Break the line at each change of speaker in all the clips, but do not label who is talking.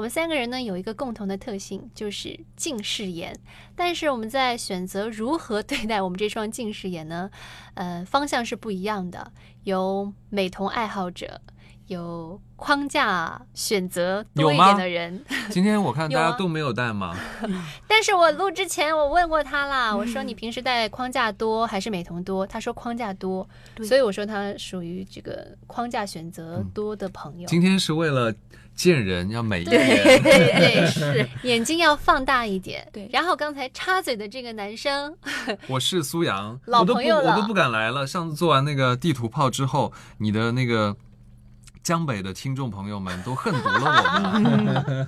我们三个人呢有一个共同的特性，就是近视眼。但是我们在选择如何对待我们这双近视眼呢，呃，方向是不一样的。有美瞳爱好者，有框架选择多一点的人。
今天我看大
有
家
啊
都没有带嘛，
但是我录之前我问过他啦，我说你平时戴框架多还是美瞳多？他说框架多，
对
所以我说他属于这个框架选择多的朋友。
今天是为了见人要美一
对
点。
对是，眼睛要放大一点。
对
然后刚才插嘴的这个男生，
我是苏阳，
老
我都不
朋友了
我都不敢来了。上次做完那个地图炮之后，你的那个江北的听众朋友们都恨毒了我们。啊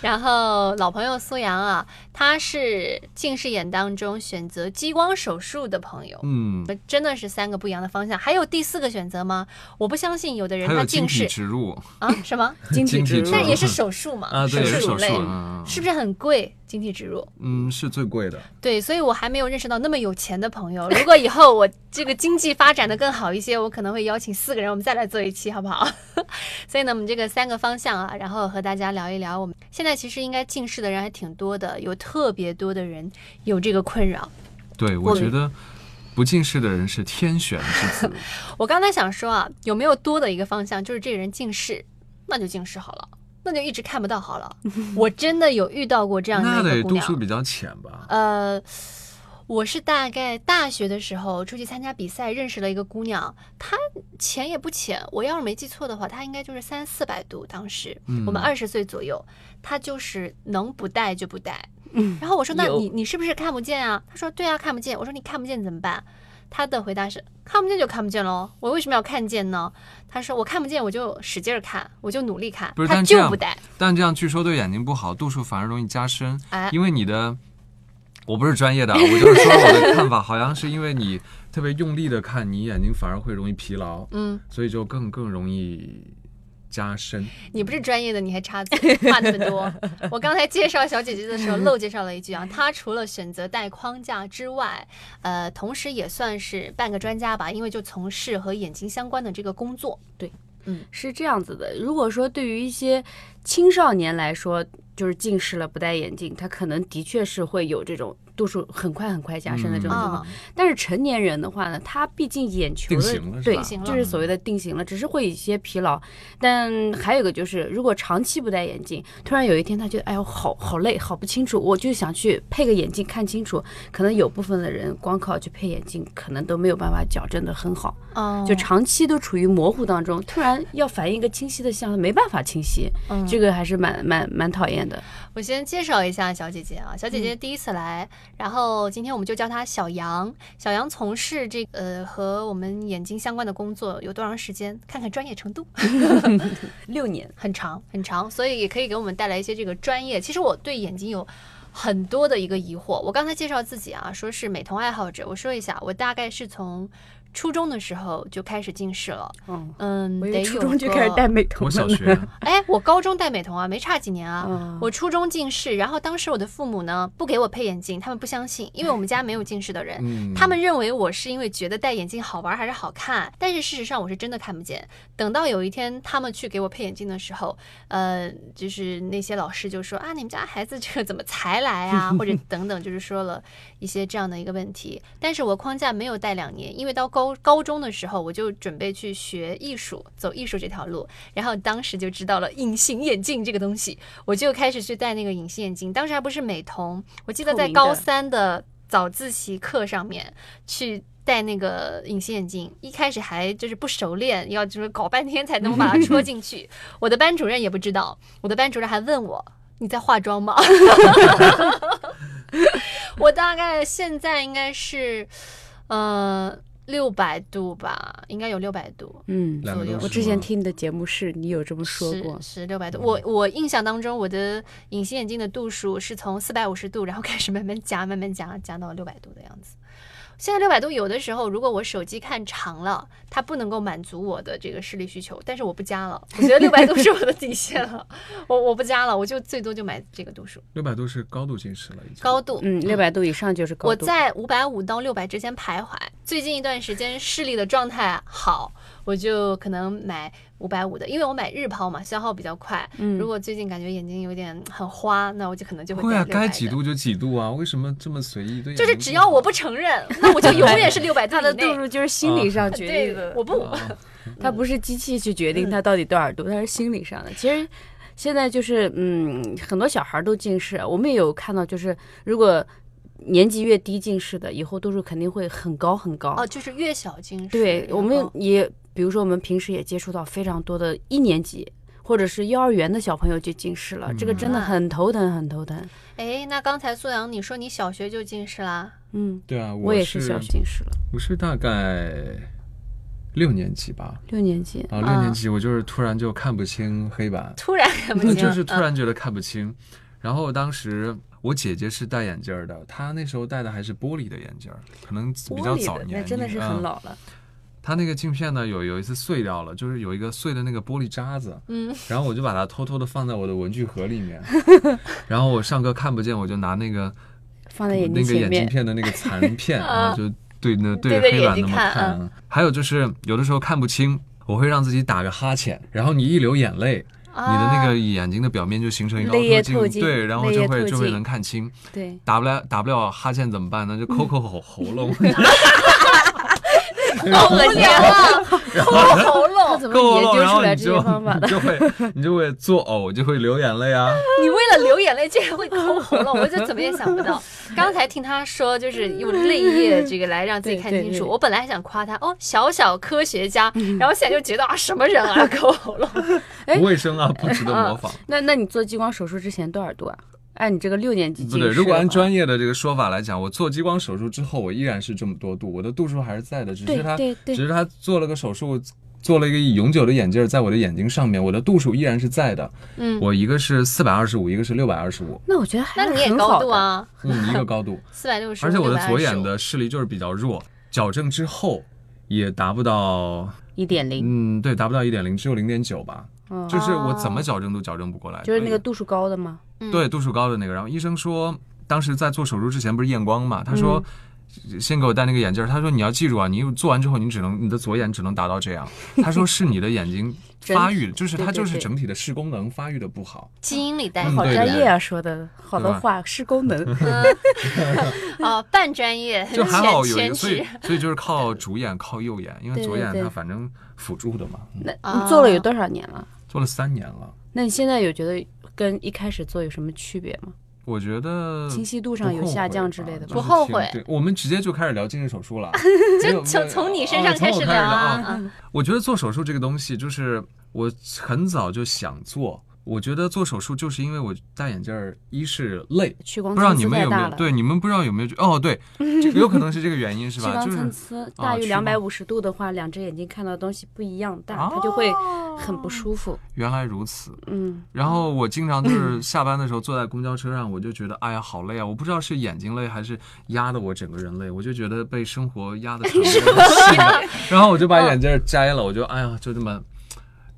然后老朋友苏阳啊，他是近视眼当中选择激光手术的朋友。
嗯，
真的是三个不一样的方向，还有第四个选择吗？我不相信有的人
还有
他近
晶体
视
植入
啊什 么，
晶
晶体
植
植
入
入
那也是手术嘛，
啊，对，也
手
是手术，
类，
嗯，
是不是很贵？晶体植入，
嗯是最贵的。
对，所以我还没有认识到那么有钱的朋友。如果以后我这个经济发展的更好一些，我可能会邀请四个人，我们再来做一期，好不好？ 所以呢，我们这个三个方向啊，然后和大家聊一聊。我们现在其实应该近视的人还挺多的，有特别多的人有这个困扰。
对，
我
我觉得不近视的人是天选之子。
我刚才想说啊，有没有多的一个方向，就是这个人近视，那就近视好了，那就一直看不到好了。我真的有遇到过这样
那
的一个
得
姑
度
娘
数，比较浅吧？
呃，我是大概大学的时候出去参加比赛，认识了一个姑娘，她浅也不浅，我要是没记错的话，她应该就是三四百度，当时、
嗯
我们二十岁左右，她就是能不戴就不戴。
嗯
然后我说：“那
有
你你是不是看不见啊？”她说：“对啊，看不见。”我说：“你看不见怎么办？”她的回答是：“看不见就看不见喽，我为什么要看见呢？”她说：“我看不见，我就使劲儿看，我就努力看
不是，
她
但这
就
样
不戴。
但这样据说对眼睛不好，度数反而容易加深，
哎
因为你的，我不是专业的啊，我就是说我的看法，好像是因为你特别用力的看，你眼睛反而会容易疲劳，
嗯，
所以就更更容易 加深。
你不是专业的，你还插嘴，话那么多。我刚才介绍小姐姐的时候，漏介绍了一句啊，她除了选择带框架之外，呃，同时也算是半个专家吧，因为就从事和眼睛相关的这个工作。
是这样子的，如果说对于一些青少年来说，就是近视了不戴眼镜，他可能的确是会有这种度数很快很快加深的这种情况。
嗯
但是成年人的话呢，他毕竟眼球
定
的
型了是
对
吧，
定型了
就是所谓的定型了，只是会有一些疲劳。但还有一个就是，如果长期不戴眼镜，突然有一天他觉得哎呦好好累，好不清楚，我就想去配个眼镜看清楚。可能有部分的人光靠去配眼镜，可能都没有办法矫正的很好。
哦
就长期都处于模糊当中，突然要反映一个清晰的像，没办法清晰，
嗯
这个还是蛮蛮蛮讨厌的。
我先介绍一下小姐姐啊，小姐姐第一次来，然后今天我们就叫她小杨。小杨从事这个、呃和我们眼睛相关的工作有多长时间？看看专业程度。
六年，
很长很长，所以也可以给我们带来一些这个专业。其实我对眼睛有很多的一个疑惑。我刚才介绍自己啊，说是美瞳爱好者。我说一下，我大概是从初中的时候就开始近视了。
嗯，
嗯，
我
得
一
有
初中就开始
个
戴美瞳
我
了
小
呢
学
哎，我高中戴美瞳啊，没差几年啊。
嗯
我初中近视，然后当时我的父母呢不给我配眼镜，他们不相信，因为我们家没有近视的人。
嗯，
他们认为我是因为觉得戴眼镜好玩还是好看，但是事实上我是真的看不见。等到有一天他们去给我配眼镜的时候，呃，就是那些老师就说啊，你们家孩子这个怎么才来啊，或者等等，就是说了一些这样的一个问题。但是我框架没有戴两年，因为到高高中的时候我就准备去学艺术，走艺术这条路，然后当时就知道了隐形眼镜这个东西，我就开始去戴那个隐形眼镜，当时还不是美瞳，我记得在
透明的
高三的早自习课上面去戴那个隐形眼镜，一开始还就是不熟练，要就是搞半天才能把它戳进去。我的班主任也不知道，我的班主任还问我。你在化妆吗？我大概现在应该是，呃，六百度吧，应该有六百度。
嗯，
两个
左右
都是
我之前
吗
听你的节目是你有这么说过，嗯
是六百度。我我印象当中，我的隐形眼镜的度数是从四百五十度，然后开始慢慢加，慢慢加，加到六百度的样子。现在六百度有的时候，如果我手机看长了，它不能够满足我的这个视力需求，但是我不加了，我觉得六百度 是我的底线了，我我不加了，我就最多就买这个度数，
六百度是高度近视了，已经
高度，
嗯，六百度以上就是高
我
度。
在五百五到六百之间徘徊。最近一段时间视力的状态好，我就可能买五百五的，因为我买日抛嘛，消耗比较快。
嗯
如果最近感觉眼睛有点很花，那我就可能就会
会啊，
变
该
600
几
的
度就几度啊，为什么这么随意？对
就
眼睛不好，
是只要我不承认，那我就永远是六百度
它的
以
度
内。
数就是心理 上决定
对
的，，嗯
我不，
啊
它不是机器去决定它到底多少度，它是心理上的。其实现在就是，嗯，很多小孩儿都近视，我们也有看到，就是如果年纪越低近视的，以后度数肯定会很高很高。
哦，就是越小近视。
对，我
然
们
后
也比如说我们平时也接触到非常多的一年级。或者是幼儿园的小朋友就近视了，这个真的
嗯
很头疼，很头疼。
哎，那刚才苏阳你说你小学就近视啦？
嗯，
对啊，
我也是
是
小学近视了，
我是大概六年级吧，
六年级。
啊，六年级我就是突然就看不清黑板，
突然看不
对，
清，
就是突
嗯
然觉得看不清。然后当时我姐姐是戴眼镜儿的，她那时候戴的还是玻璃的眼镜儿，可能比较早年，
那真的是
嗯
很老了。
它那个镜片呢，有有一次碎掉了，就是有一个碎的那个玻璃渣子，
嗯，
然后我就把它偷偷的放在我的文具盒里 面，然后我上课看不见，我就拿那个
放在眼
那
睛
个
前
眼镜
面，
片的那个 残片，
啊
然后就对那
对
对
着
着黑
眼
板
睛
那么
看
看。
啊
还有就是有的时候看不清，我会让自己打个哈欠，然后你一流眼泪，你的那
啊
个眼睛的表面就形成一个
泪
凹
液透
透
镜
镜，对，然后
泪液
就会
透
就会
镜
能看清。
对，
打不了打不了哈欠怎么办呢？就抠抠喉喉咙。
嗯
好恶心 啊！抠喉
他
咙，
怎么
够
研
了，
究
然
出
后
来
你
这些
就
方 法
你
的？
就会你就会作呕，就会流眼泪啊。
你为了流眼泪竟然会抠喉咙，我就怎么也想不 到。刚才听他说，就是用泪液这个来让自己看
对对
清楚。
对嗯
我本来还想夸他哦，小小科学家，然后现在就觉得啊，什么人 啊，抠喉咙。
哎
不卫生啊，不值得模仿。
那那你做激光手术之前多少度啊？按你这个六年级
不
近视
对，
的话，
如果按专业的这个说法来讲，我做激光手术之后，我依然是这么多度，我的度数还是在的，只
对
是他
对对
只是他做了个手术，做了一个永久的眼镜儿在我的眼睛上面，我的度数依然是在的。
嗯，
我一个是四百二十五，一个是六百二十五，
那我觉得还
那
是
你也
很
高
好
度
的，
啊，
嗯，一个高度。
四百六十，
而且我的左眼的视力就是比较弱，矫正之后也达不到，
一点零，
嗯，对，达不到一点零，只有零点九吧。
嗯
就是我怎么矫正都矫正不过来，
哦就是那个
所
度数高的吗？
以对度数高的那个。然后医生说，当时在做手术之前不是验光嘛，他
嗯
说。先给我戴那个眼镜儿，他说你要记住啊，你做完之后你只能你的左眼只能达到这样。他说是你的眼睛
整
发育，就是
对
它
对
就是
对
整体的视功能发育的不好。
基因里带
嗯
好
对
专
对
业啊，说的好
对
多
吧
话，视 功能。
啊，半专业，
就还好有一
全全
个，所以
职
所以就是靠主眼靠右眼，因为
对
左
对
眼
对
它反正辅助的嘛，嗯
那
啊
你做了有多少年了？
做了三年了，
那你现在有觉得跟一开始做有什么区别吗？
我觉得
清晰度上有下降之类的
不
吗？
后悔
对，我们直接就开始聊近视手 术了，没
就
有没
从
有
从你身
哦
上
从
开
我
始
开
聊
始聊
啊
哦
啊，
我觉得做手术这个东西，就是我很早就想做。我觉得做手术就是因为我戴眼镜儿，一是累，
屈
不
光
知道
参
你
差
们
太
有没
大
有
了，
对你们不知道有没有哦，对， 这个有可能是这个原因是
屈
吧？
光
就是
参差
啊
大于
屈
两
光
百五十度的话，两只眼睛看到的东西不一样大，它就会
啊
很不舒服。
原来如此。
嗯，
然后我经常就是下班的时候坐在公交车上，我就觉得哎呀好累啊！我不知道是眼睛累还是压的我整个人累，我就觉得被生活压的喘不过气了。然后我就把眼镜摘了，我就哎呀就这么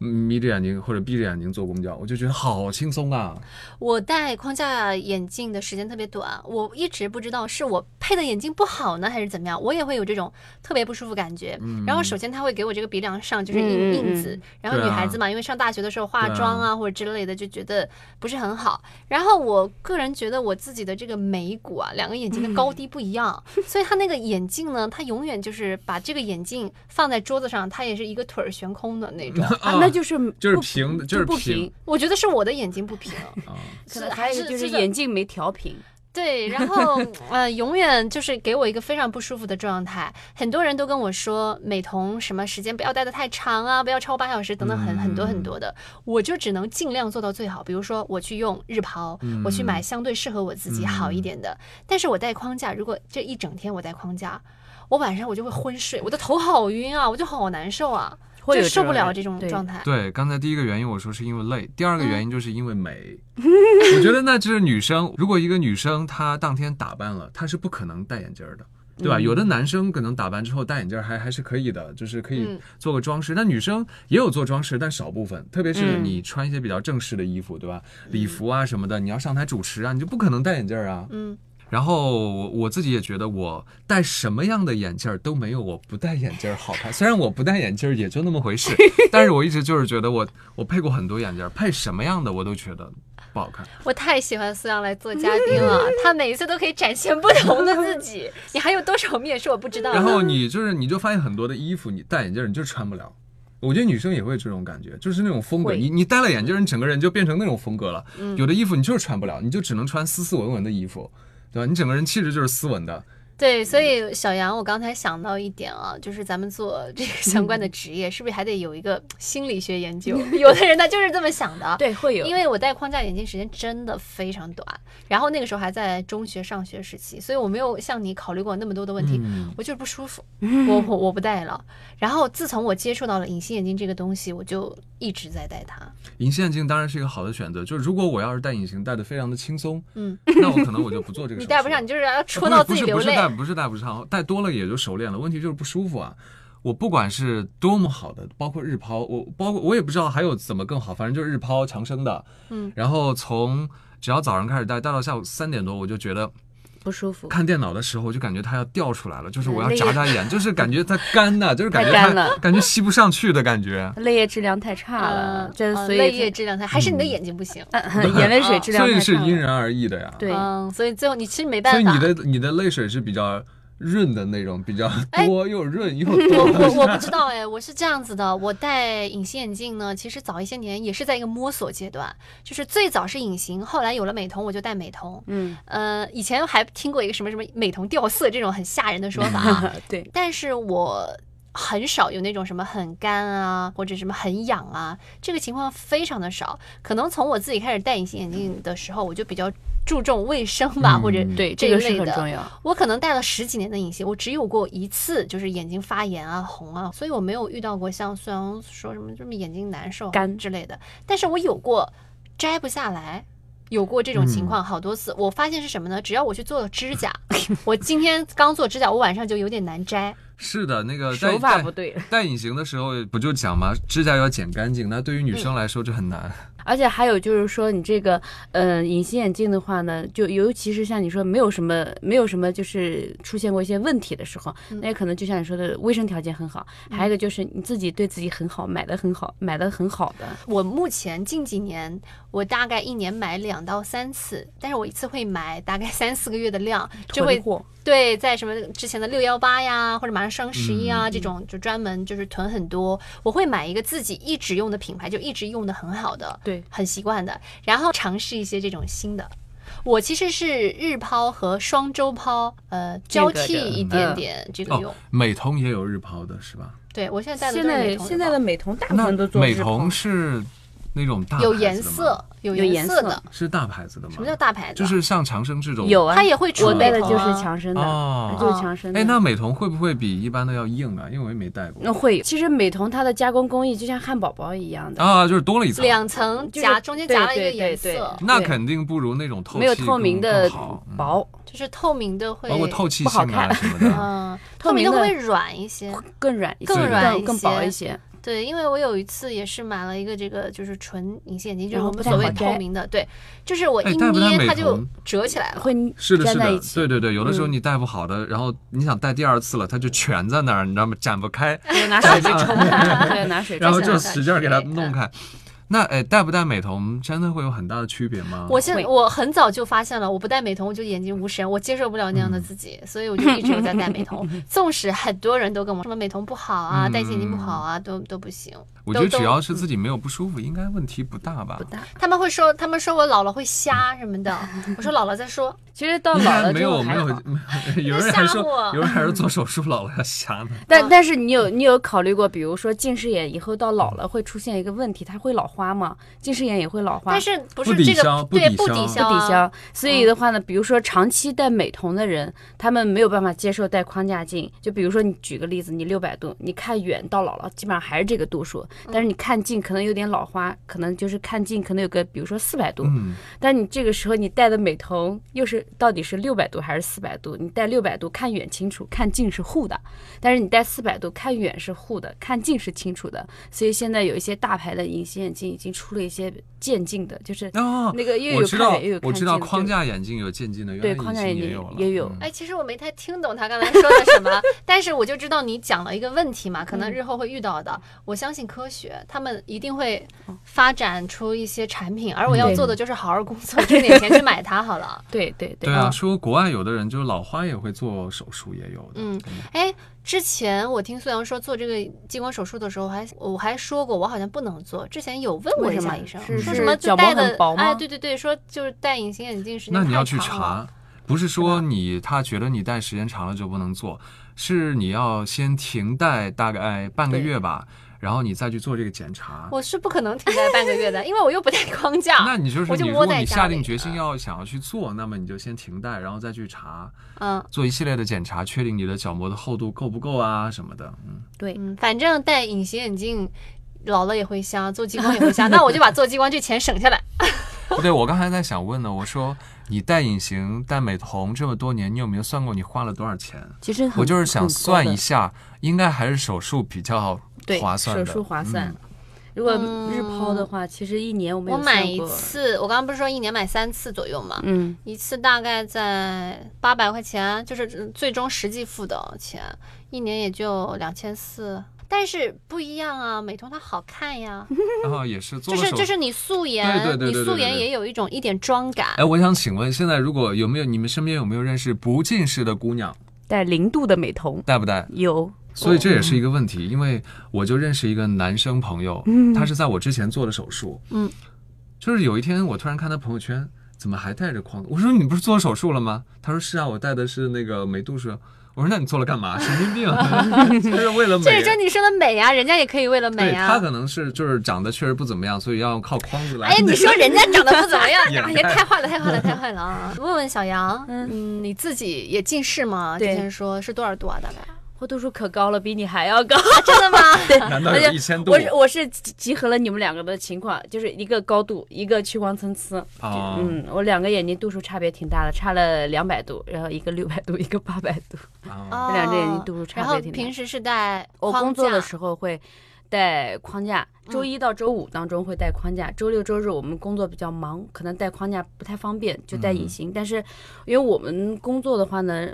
眯着眼睛或者闭着眼睛坐公交，我就觉得好轻松啊！
我戴框架眼镜的时间特别短，我一直不知道是我配的眼镜不好呢，还是怎么样，我也会有这种特别不舒服感觉。然后首先它会给我这个鼻梁上就是印
嗯嗯
印子，然后女孩子嘛，因为上大学的时候化妆
对
啊或者之类的，就觉得不是很好。然后我个人觉得我自己的这个眉骨啊，两个眼睛的高低不一 样，所以它那个眼镜呢，它永远就是把这个眼镜放在桌子上，它也是一个腿儿悬空的那种。
啊，那就是
就是
不
平的就
就
是
不
平
平，
我觉得是我的眼睛不平，
啊，
可
是
能还有一个就是
这种
眼镜没调平。
对，然后呃，永远就是给我一个非常不舒服的状态。很多人都跟我说，美瞳什么时间不要戴的太长啊，不要超过八小时等等很，很多很多的，
嗯
我就只能尽量做到最好。比如说，我去用日抛，我去
嗯
买相对适合我自己好一点的。但是我戴框架，如果这一整天我戴框架，我晚上我就会昏睡，我的头好晕啊，我就好难受啊，
会有
就受
这
不
种
了
人
这种
对
状态。嗯
对，刚才第一个原因我说是因为累，第二个原因就是因为 美。我觉得那就是女生，如果一个女生她当天打扮了，她是不可能戴眼镜儿的。
嗯
对吧？有的男生可能打扮之后戴眼镜儿还还是可以的，就是可以
嗯
做个装饰。那女生也有做装饰，但少部分，特别是
嗯
你穿一
嗯
些比较正式的衣服，对吧？礼服啊什么的，你要上台主持啊，你就不可能戴眼镜儿啊。
嗯，
然后我我自己也觉得，我戴什么样的眼镜儿都没有我不戴眼镜儿好看。虽然我不戴眼镜儿也就那么回事，但是我一直就是觉得我我配过很多眼镜儿，配什么样的我都觉得不好看。
我太喜欢苏阳来做嘉宾 了，他每一次都可以展现不同的自己。 你还有多少面是我不知道的？
然后你就是你就发现很多的衣服，你戴眼镜儿你就穿不了。我觉得女生也会有这种感觉，就是那种风格。
会
你你戴了眼镜儿，你整个人就变成那种风格了。有的衣服你就是穿不了，你就只能穿斯斯文文的衣服，对吧？你整个人气质就是斯文的。
对，所以小杨，我刚才想到一点啊，就是咱们做这个相关的职
嗯
业，是不是还得有一个心理学研 究？有的人他就是这么想的。
对，会有，
因为我戴框架眼镜时间真的非常短，然后那个时候还在中学上学时期，所以我没有像你考虑过那么多的问题，
嗯，
我就是不舒服，我我我不戴了。然后自从我接触到了隐形眼镜这个东西，我就一直在戴它。
隐形眼镜当然是一个好的选择。就是如果我要是戴隐形，戴的非常的轻松，
嗯，
那我可能我就不做这个手术了。
你
啊
戴不上，你就是要戳
不是
到自己流
不是不
泪
是。戴不是戴不上，戴多了也就熟练了。问题就是不舒服啊。我不管是多么好的，包括日抛，我包括我也不知道还有怎么更好，反正就是日抛强生的。
嗯，
然后从只要早上开始戴，戴到下午三点多，我就觉得
不舒服，
看电脑的时候，我就感觉它要掉出来了，就是我要
嗯
累
眨眨眼，就是感觉它干呐、就是感觉
太
它
干了
感觉吸不上去的感觉。
泪液质量太差了，
嗯
这
嗯
所以
泪液质量太，还是你的
嗯
眼睛不行。
眼泪水质量
啊所以
太
是
差
因
了。
人而异的呀。
对，
嗯，所以最后你其实没
所
办
以
法。
你的你的泪水是比较润的那种，比较
哎
多又润又 多。
我我不知道哎，我是这样子的，我戴隐形眼镜呢，其实早一些年也是在一个摸索阶段，就是最早是隐形，后来有了美瞳，我就戴美瞳。
嗯，
呃，以前还听过一个什么什么美瞳掉色这种很吓人的说法啊，
对，
但是我很少有那种什么很干啊，或者什么很痒啊，这个情况非常的少。可能从我自己开始戴隐形眼镜的时候，我就比较注重卫生吧，
嗯
或者
对，
这
这
一
个是
类
很
的
重要。
我可能戴了十几年的隐形，我只有过一次就是眼睛发炎啊、红啊，所以我没有遇到过像孙杨说什么什么眼睛难受、
干
之类的。但是我有过摘不下来，有过这种情况好多次。我发现是什么呢？只要我去做了指甲， 我今天刚做指甲，我晚上就有点难摘。
是的，那个戴
手法
戴
不对，
戴隐形的时候不就讲嘛，指甲要剪干净，那对于女生来说就很难。
而且还有就是说，你这个呃隐形眼镜的话呢，就尤其是像你说没有什么没有什么就是出现过一些问题的时候，那也可能就像你说的卫生条件很好，还有一个就是你自己对自己很好，买的很好，买的很好的，
我目前近几年，我大概一年买两到三次，但是我一次会买大概三四个月的量，就会
囤货
对，在什么之前的六幺八呀，或者马上双十一
嗯
啊、这种，就专门就是囤很多。我会买一个自己一直用的品牌，就一直用的很好的，
对
很习惯的，然后尝试一些这种新的。我其实是日抛和双周抛，呃，交
间隔着
替一
嗯
点点这个用。
哦，美瞳也有日抛的是吧？
对我现在戴的
现
都是美
在
瞳
现在
的
的美瞳大部
那
分都做
美
日抛
瞳是那种大牌子的
有
吗
颜，色，有
有
颜
颜
色
色
的。
是大牌子的吗？
什么叫大牌子啊？
就是像长生这种
有啊，
它也会出
我
美
戴的
瞳
就是
啊
强生的，
哦。
就是强生的。
哎，那美瞳会不会比一般的要硬啊？因为我也没戴过
那会有，其实美瞳它的加工工艺就像汉堡包一样的，
啊，就是多了一层，
两层
就是
夹，中间夹了一个
对对
颜
对
色，
那肯定不如那种透气
没有透明的
更好，嗯
薄，
就是透明的会
包括透气
不好
性啊
看
什么的。
嗯，
透
透明的
明
会
的
不会软一些？
更软一些，
更软一
更
些
薄一些。
对，因为我有一次也是买了一个这个就是纯隐形眼镜，就是
然后
我们
哦不太
所谓
好
透
摘
明的，对，就是我
哎
一
戴不戴
捏
美
它就
瞳嗯
折起来了。
会
是的，
粘
是
在一
的，
起嗯
对对对，有的时候你戴不好的，然后你想戴第二次了，它就蜷在那儿，你知道吗？ 展不开，
还 有拿水去冲，还有拿水
然后
再
就
想
使劲儿给它
对
弄开。那哎，戴不戴美瞳真的会有很大的区别吗？
我现
会
我很早就发现了，我不戴美瞳我就眼睛无神，我接受不了那样的
嗯
自己，所以我就一直有在戴美 瞳。纵使很多人都跟我说什么美瞳不好啊，
嗯
戴起眼睛不好啊，都都不行。
我觉得
都
只要是自己没有不舒服，应该问题不大吧？
他们会说，他们说我老了会瞎什 么的，我说老了再说。
其 实到
应
老
该
了
没
之后
有没
还
有
好。
没有，有 人
吓
还说
我
有人还是做手术老了要瞎 呢。
但但是你有你有考虑过，比如说近视眼以后到老了会出现一个问题，它会老花吗？近视眼也会老花，
但是不
不
是
抵
这个
消不
对
抵
不
消
抵
不
消
抵
啊
消。所以的话呢，比如说长期戴美瞳的人，他们没有办法接受戴框架镜。就比如说你举个例子，你六百度，你看远到老了基本上还是这个度数，但是你看近可能有点老花，可能就是看近可能有个比如说四百度，
嗯，
但你这个时候你戴的美瞳又是到底是六百度还是四百度？你戴六百度看远清楚，看近是糊的；但是你戴四百度看远是糊的，看近是清楚的。所以现在有一些大牌的隐形眼镜已经出了一些渐进的，就是
啊，
那个又
我
有
知
看
道
远又有，看
我知道
近的
框架眼镜有渐进的，原
对
来
框
已
架
经
眼
也
镜
有了，
也有
嗯
哎，其实我没太听懂他刚才说的什么， 但是我就知道你讲了一个问题嘛，可能
嗯
日后会遇到的。我相信科学，他们一定会发展出一些产品，而我要
嗯对
做的就是好好工作，挣点钱去买它好了。
对对嗯
对啊，说国外有的人就是老花也会做手术，也有的。
嗯，哎，之前我听苏阳说做这个激光手术的时候，我还我还说过我好像不能做，之前有问过
为
一
什
下
么
医生，
是
说
是
什么就
角膜
戴
很
的
薄
哎，
吗
对对对，说就是戴隐形眼镜时间
那你
太
要去
长
查
了，
不是说你他觉得你戴时间长了就不能做，是你要先停戴大概半个
对
月吧，然后你再去做这个检查。
我是不可能停在半个月的，因为我又不戴框架。
那你就是
我就
你，如
窝
果
在
你
家
下
里
定决心
嗯
要想要去做，那么你就先停戴，然后再去查，
嗯
做一系列的检查，确定你的角膜的厚度够不够啊什么 的。嗯，
对，
嗯，反正戴隐形眼镜。老了也会瞎，做激光也会瞎，那我就把做激光这钱省下来。
不对，我刚才在想问呢，我说你戴隐形、戴美瞳这么多年，你有没有算过你花了多少钱？
其实很
我就是想
很高
算
的
一下，应该还是手术比较
对
划算的，
手术划算
嗯。
如果日抛的话，其实一年我
嗯
们
我
有
买
算
一
过，
次，我刚刚不是说一年买三次左右吗？
嗯，
一次大概在八百块钱，就是嗯最终实际付的钱，一年也就两千四。但是不一样啊，美瞳它好看呀，
然后也是 做
就
了
是
手
就
术。
是你素颜，
对对对对对
你素颜
对对
也有一种一点妆感
哎，。我想请问，现在如果有没有你们身边有没有认识不近视的姑娘，
带零度的美瞳
戴不戴？
有，
所以这也是一个问题，因为我就认识一个男生朋友，
嗯
他是在我之前做的手术，
嗯，
就是有一天我突然看他朋友圈怎么还戴着框，我说你不是做手术了吗？他说是啊，我戴的是那个美度数。我说那你做了干嘛？神 经病啊！他是为了美
这是。真女生的美呀、人家也可以为了美啊
对
啊
呀、
他可能是就是长得确实不怎么样，所以要靠框子来。
哎呀，你说人家长得不怎么样，
掩
哎
盖
呀，太坏了，太坏了，太坏了 啊！问问小杨，
嗯
嗯，你自己也近视吗？之
对
前说是多少度啊？大概？啊
我度数可高了，比你还要高。
真 的吗？
难道
而
有
且
一千度
我？是我是集集合了你们两个的情况，就是一个高度，一个屈光参差。
啊，
嗯，我两个眼睛度数差别挺大的，差了两百度，然后一个六百度，一个八百度。
啊，
哦
这两只眼睛度数差别
然后
挺大
平时是戴
我工作的时
候，
候会带框架，周
嗯
一到周五当中会带框架，周六周日我们工作比较忙，可能带框架不太方便，就带
嗯
隐形。但是因为我们工作的话呢。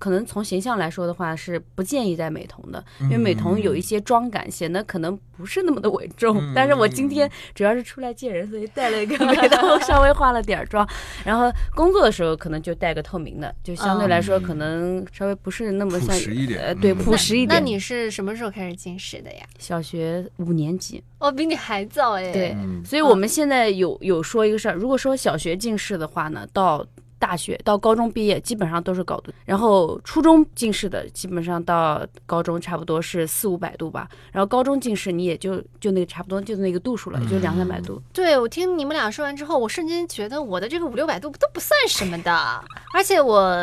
可能从形象来说的话，是不建议戴美瞳的，因为美瞳有一些妆感，显得可能不是那么的稳重。
嗯
但是我今天主要是出来见人，所以带了一个美瞳，稍微化了点儿妆。然后工作的时候可能就戴个透明的，就相对来说
嗯
可能稍微不是那么
朴
像
实一点
呃，对，
嗯
朴实一
那
点。
你是什么时候开始近视的呀？
小学五年级，
哦，比你还早哎。
对
嗯
所以我们现在有有说一个事儿，如果说小学近视的话呢，到大学到高中毕业基本上都是高度，然后初中近视的基本上到高中差不多是四五百度吧，然后高中近视你也就就那个差不多就那个度数了，也就两三百度。
对，我听你们俩说完之后，我瞬间觉得我的这个五六百度都不算什么的，而且我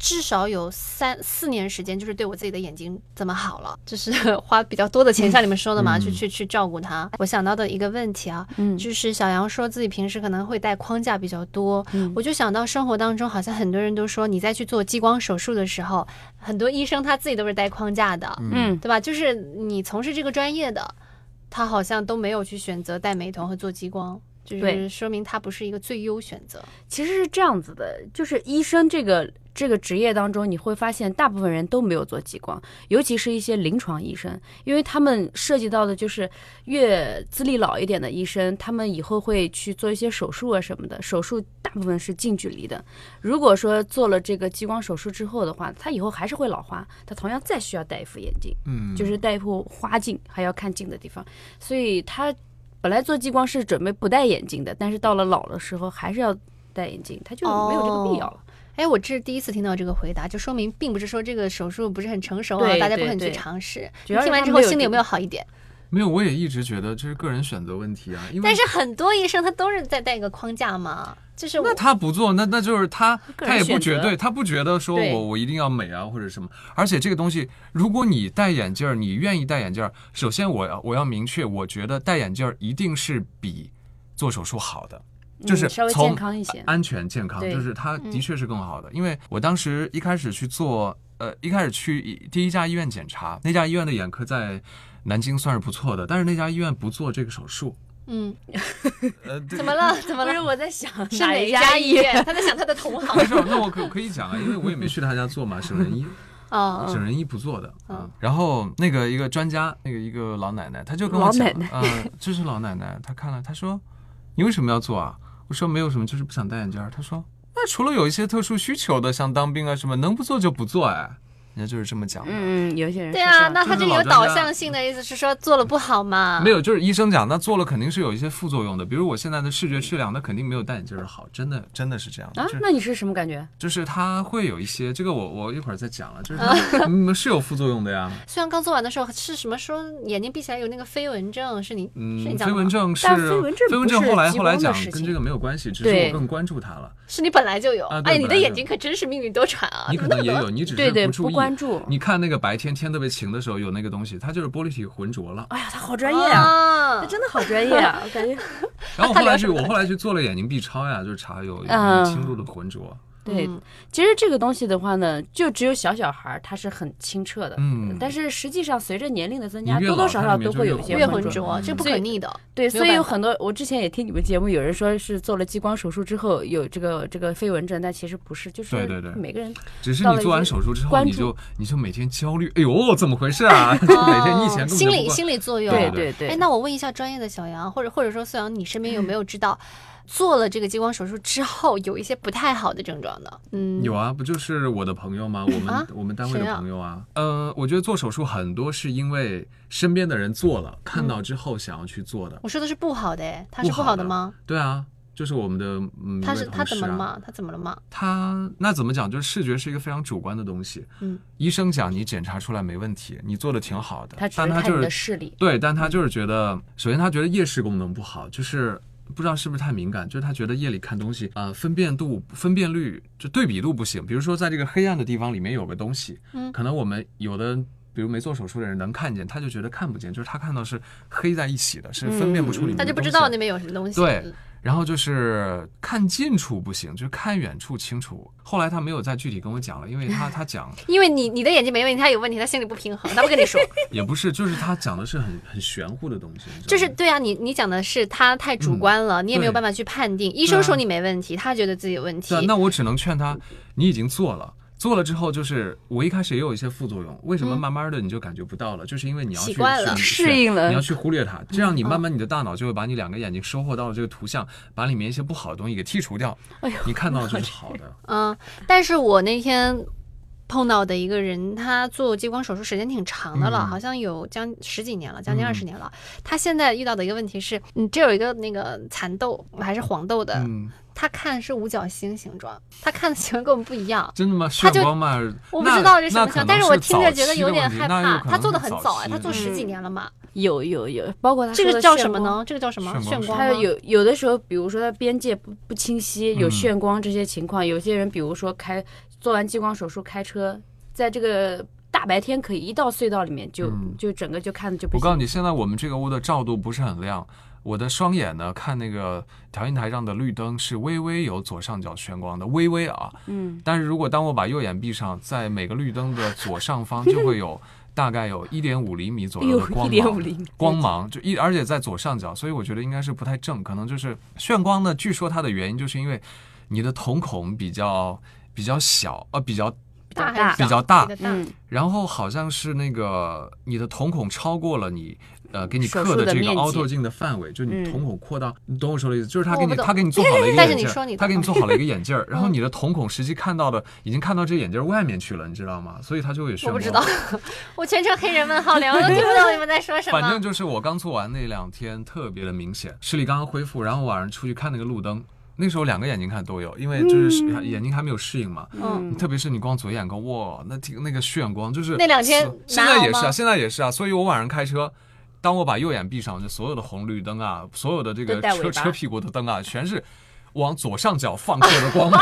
至少有三四年时间，就是对我自己的眼睛怎么好了，就是 花比较多的钱，像你们说的嘛，
嗯
去去去照顾它。我想到的一个问题啊，
嗯
就是小杨说自己平时可能会戴框架比较多，
嗯
我就想到生活当中好像很多人都说，你在去做激光手术的时候，很多医生他自己都是戴框架的，
嗯，
对吧？就是你从事这个专业的，他好像都没有去选择戴美瞳和做激光，就是
对
说明他不是一个最优选择。
其实是这样子的，就是医生这个这个职业当中，你会发现大部分人都没有做激光，尤其是一些临床医生，因为他们涉及到的就是越资历老一点的医生，他们以后会去做一些手术啊什么的，手术大部分是近距离的。如果说做了这个激光手术之后的话，他以后还是会老花，他同样再需要戴一副眼镜。
嗯，
就是戴一副花镜，还要看近的地方，所以他本来做激光是准备不戴眼镜的，但是到了老的时候还是要戴眼镜，他就没有这个必要
哦
了。
哎，我这是第一次听到这个回答，就说明并不是说这个手术不是很成熟啊，
对
大家不肯
对
去
对
尝试。
主
你
要是
听完
他
之
没
后
有
心里
这
有没有
个
好一点？
没有，我也一直觉得这是个人选择问题啊，因为
但是很多医生他都是在带一个框架嘛，就是
那
我
他不做，那那就是他，
个人
他也不
选
觉
择
对，他不觉得说
对
我我一定要美啊或者什么。而且这个东西，如果你戴眼镜儿，你愿意戴眼镜儿，首先我要我要明确，我觉得戴眼镜儿一定是比做手术好的，就是
嗯、稍微
从啊
健康一些。
安全健康，
对
就是它的
嗯
确是更好的。因为我当时一开始去做，呃，一开始去一第一家医院检查，那家医院的眼科在南京算是不错的，但是那家医院不做这个手术。
嗯，
呃，对
怎么了？啊怎么
不是
了？
我在想
是
哪
哪
一
家
医
医院？他在想他的同
没
行
事儿，那我可可以讲啊，因为我也没去他家做嘛，整人医，
啊
整人医不做的
嗯
啊。然后那个一个专家，那个一个老奶奶，她就跟我讲
老奶，奶
呃，这是老奶奶，她看了，她说你为什么要做啊？我说没有什么，就是不想戴眼镜儿。她说那除了有一些特殊需求的，像当兵啊什么，能不做就不做哎，人家就是这么讲的。
嗯，有些人
对
是这
啊，
样
那他
就
这
是
个
老
有
专
导
家
向性的意思是说做了不好嘛？
没有，就是医生讲，那做了肯定是有一些副作用的，比如我现在的视觉质量，那肯定没有戴眼镜儿的好，真的真的是这样的。
啊
就是，
那你是什么感觉？
就是它会有一些，这个我我一会儿再讲了， 就是它你们是有副作用的呀。
虽然刚做完的时候是什么说眼睛闭起来有那个飞蚊症，是你、是
嗯，
你讲
飞
的
蚊
吗？
症是
但飞蚊症不
飞蚊症
是
后来
激
后来
光的
讲
事
跟
情
这个没有关系，只是
对
我更关注它了。
是你本来就有。
啊对
哎，你
本来
的
就
眼睛可真是命运多舛啊！
你可能也有，你只
对
是
对，
注
不
意。
关注。
你看那个白天天特别晴的时候有那个东西，它就是玻璃体浑浊 了。
哎呀，他好专业啊，
啊
他真的好专业啊，我感 觉。
然后我后
它
来
聊
去
什么
我后来去做了眼睛 B 超呀，就是查有有有
嗯
轻度的浑浊。
对，
嗯
其实这个东西的话呢，就只有小小孩儿他是很清澈的，
嗯
但是实际上随着年龄的增
你
加，
越
多
老
多少
它
少
里面
都
就
会
越
有一些
浑
越
浊
浑
嗯
浊，这不可逆的。
对，
没有
所以有
办法
很多，我之前也听你们节目，有人说是做了激光手术之后有这个这个飞蚊症，但其实不是，就是
对对对
每个人
只是
到
你
了
做
一
完
些
手术之后，
关
你
注
就你就每天焦虑，哎呦，怎么回事 啊？每天你以前根本就
哦心
不
理
关
心理作用。
对
对
对对。
哎，那我问一下专业的小杨，或者或者说孙杨，你身边有没有知道做了这个激光手术之后有一些不太好的症状的？嗯，
有啊，不就是我的朋友吗？我们、
啊
我们单位
谁
的
啊
朋友啊。呃，我觉得做手术很多是因为身边的人做了，看
嗯
到之后想要去做的。
我说的是不好的，哎，他是
不
不
好
好
的
的吗？
对啊，就是我们的嗯，
他
一位
是
同
他怎么
事
了
啊
嘛？他怎么了嘛？
他那怎么讲？就是视觉是一个非常主观的东西。
嗯，
医生讲你检查出来没问题，你做的挺好的，
他只是
但他
看
就
你
是
的视力，
对，但他就是觉得，首先他觉得夜视功能不好，就是不知道是不是太敏感，就是他觉得夜里看东西，呃，分辨度、分辨率就对比度不行。比如说在这个黑暗的地方里面有个东西，
嗯
可能我们有的。比如没做手术的人能看见，他就觉得看不见，就是他看到是黑在一起的，是分辨不出里面、
嗯他
的
就不
东
知
西啊
道那边有什么东西。
对
嗯
然后就是看近处不行，就是看远处清楚。后来他没有再具体跟我讲了，因为他他讲
因为你你的眼睛没问题，他有问题，他心里不平衡，他不跟你说。
也不是，就是他讲的是很很玄乎的东西，你知道
就是
吗
对啊，你你讲的是他太主观了，你也没有
嗯对
办法去判定。医生
啊
说你没问题，他觉得自己有问题
对啊，。那我只能劝他，你已经做了。做了之后，就是我一开始也有一些副作用，为什么
嗯
慢慢的你就感觉不到了？就是因为你要去
习惯了
去
适应了
你要去忽略它，这样你慢慢你的大脑就会把你两个眼睛收获到的这个图像，把里面一些不好的东西给剔除掉，
哎呦
你看到的就是好的。
嗯，但是我那天碰到的一个人，他做激光手术时间挺长的了，
嗯
好像有将十几年了，将近
嗯
二十年了。他现在遇到的一个问题是，嗯，这有一个那个蚕豆还是黄豆的，
嗯，
他看是五角星形状，他看的形状跟我们不一 样。
真的吗？
他
炫
就
光嘛，
我不
那
知道这什
那
么
可
像，
能
但
是
我听着
早
觉得
期
有
的
点
问题
害
那有
怕
可。能
他做的
是
很
早
早哎，
期
他做
的
十几年了嘛。
有有有，包嗯括他
这
说
个
的
叫
炫
什么
光？
呢？这个叫什么？
炫光
光
它
吗
有有的时候，比如说它边界不不清晰，有
嗯
眩光这些情况。有些人比如说开做完激光手术开车，在这个大白天可以一到隧道里面就、
嗯
就整个就看的就不
我告诉
行。
你，现在我们这个屋的照度不是很亮，我的双眼呢看那个调音台上的绿灯是微微有左上角眩光的，微微啊。
嗯，
但是如果当我把右眼闭上，在每个绿灯的左上 方就会有大概有一点五厘米左右的
哎呦
光
1.5
芒，
厘米
光芒就一而且在左上角，所以我觉得应该是不太正，可能就是眩光呢。据说它的原因就是因为你的瞳孔比较比较小，呃，比较
大
大
还是
比较大
比较
嗯，
然后好像是那个呃你的瞳孔超过了你。呃，给你
手
刻
术的
这个
面积
凹透镜的范围，就你
嗯
瞳孔扩到，你懂我说的意思？就是他给
我
你，
不懂
他给你做好了一 个
但是
眼
你
镜
说你
儿，
的
他给你做好了一个眼 镜儿，然后你的瞳孔实际看到的已经看到这眼镜儿外面去了，你知道吗？所以他就会眩
我
光。
不知 道， 我全程黑人问号脸，我都听不懂你们在说什么。
反正就是我刚做完那两天特别的明显，视力刚刚恢复，然后晚上出去看那个路灯，那时候两个眼睛看都有，因为就是眼睛还没有适应嘛。
嗯
特别是你光左眼光，哇，那挺那个炫光，就是
那两天
所现在也
难
是
熬吗
啊，现在也是啊，所以我晚上开车。当我把右眼闭上，就所有的红绿灯啊，所有的这个
都带尾
车
巴
车屁股的灯啊，全是往左上角放射的光芒，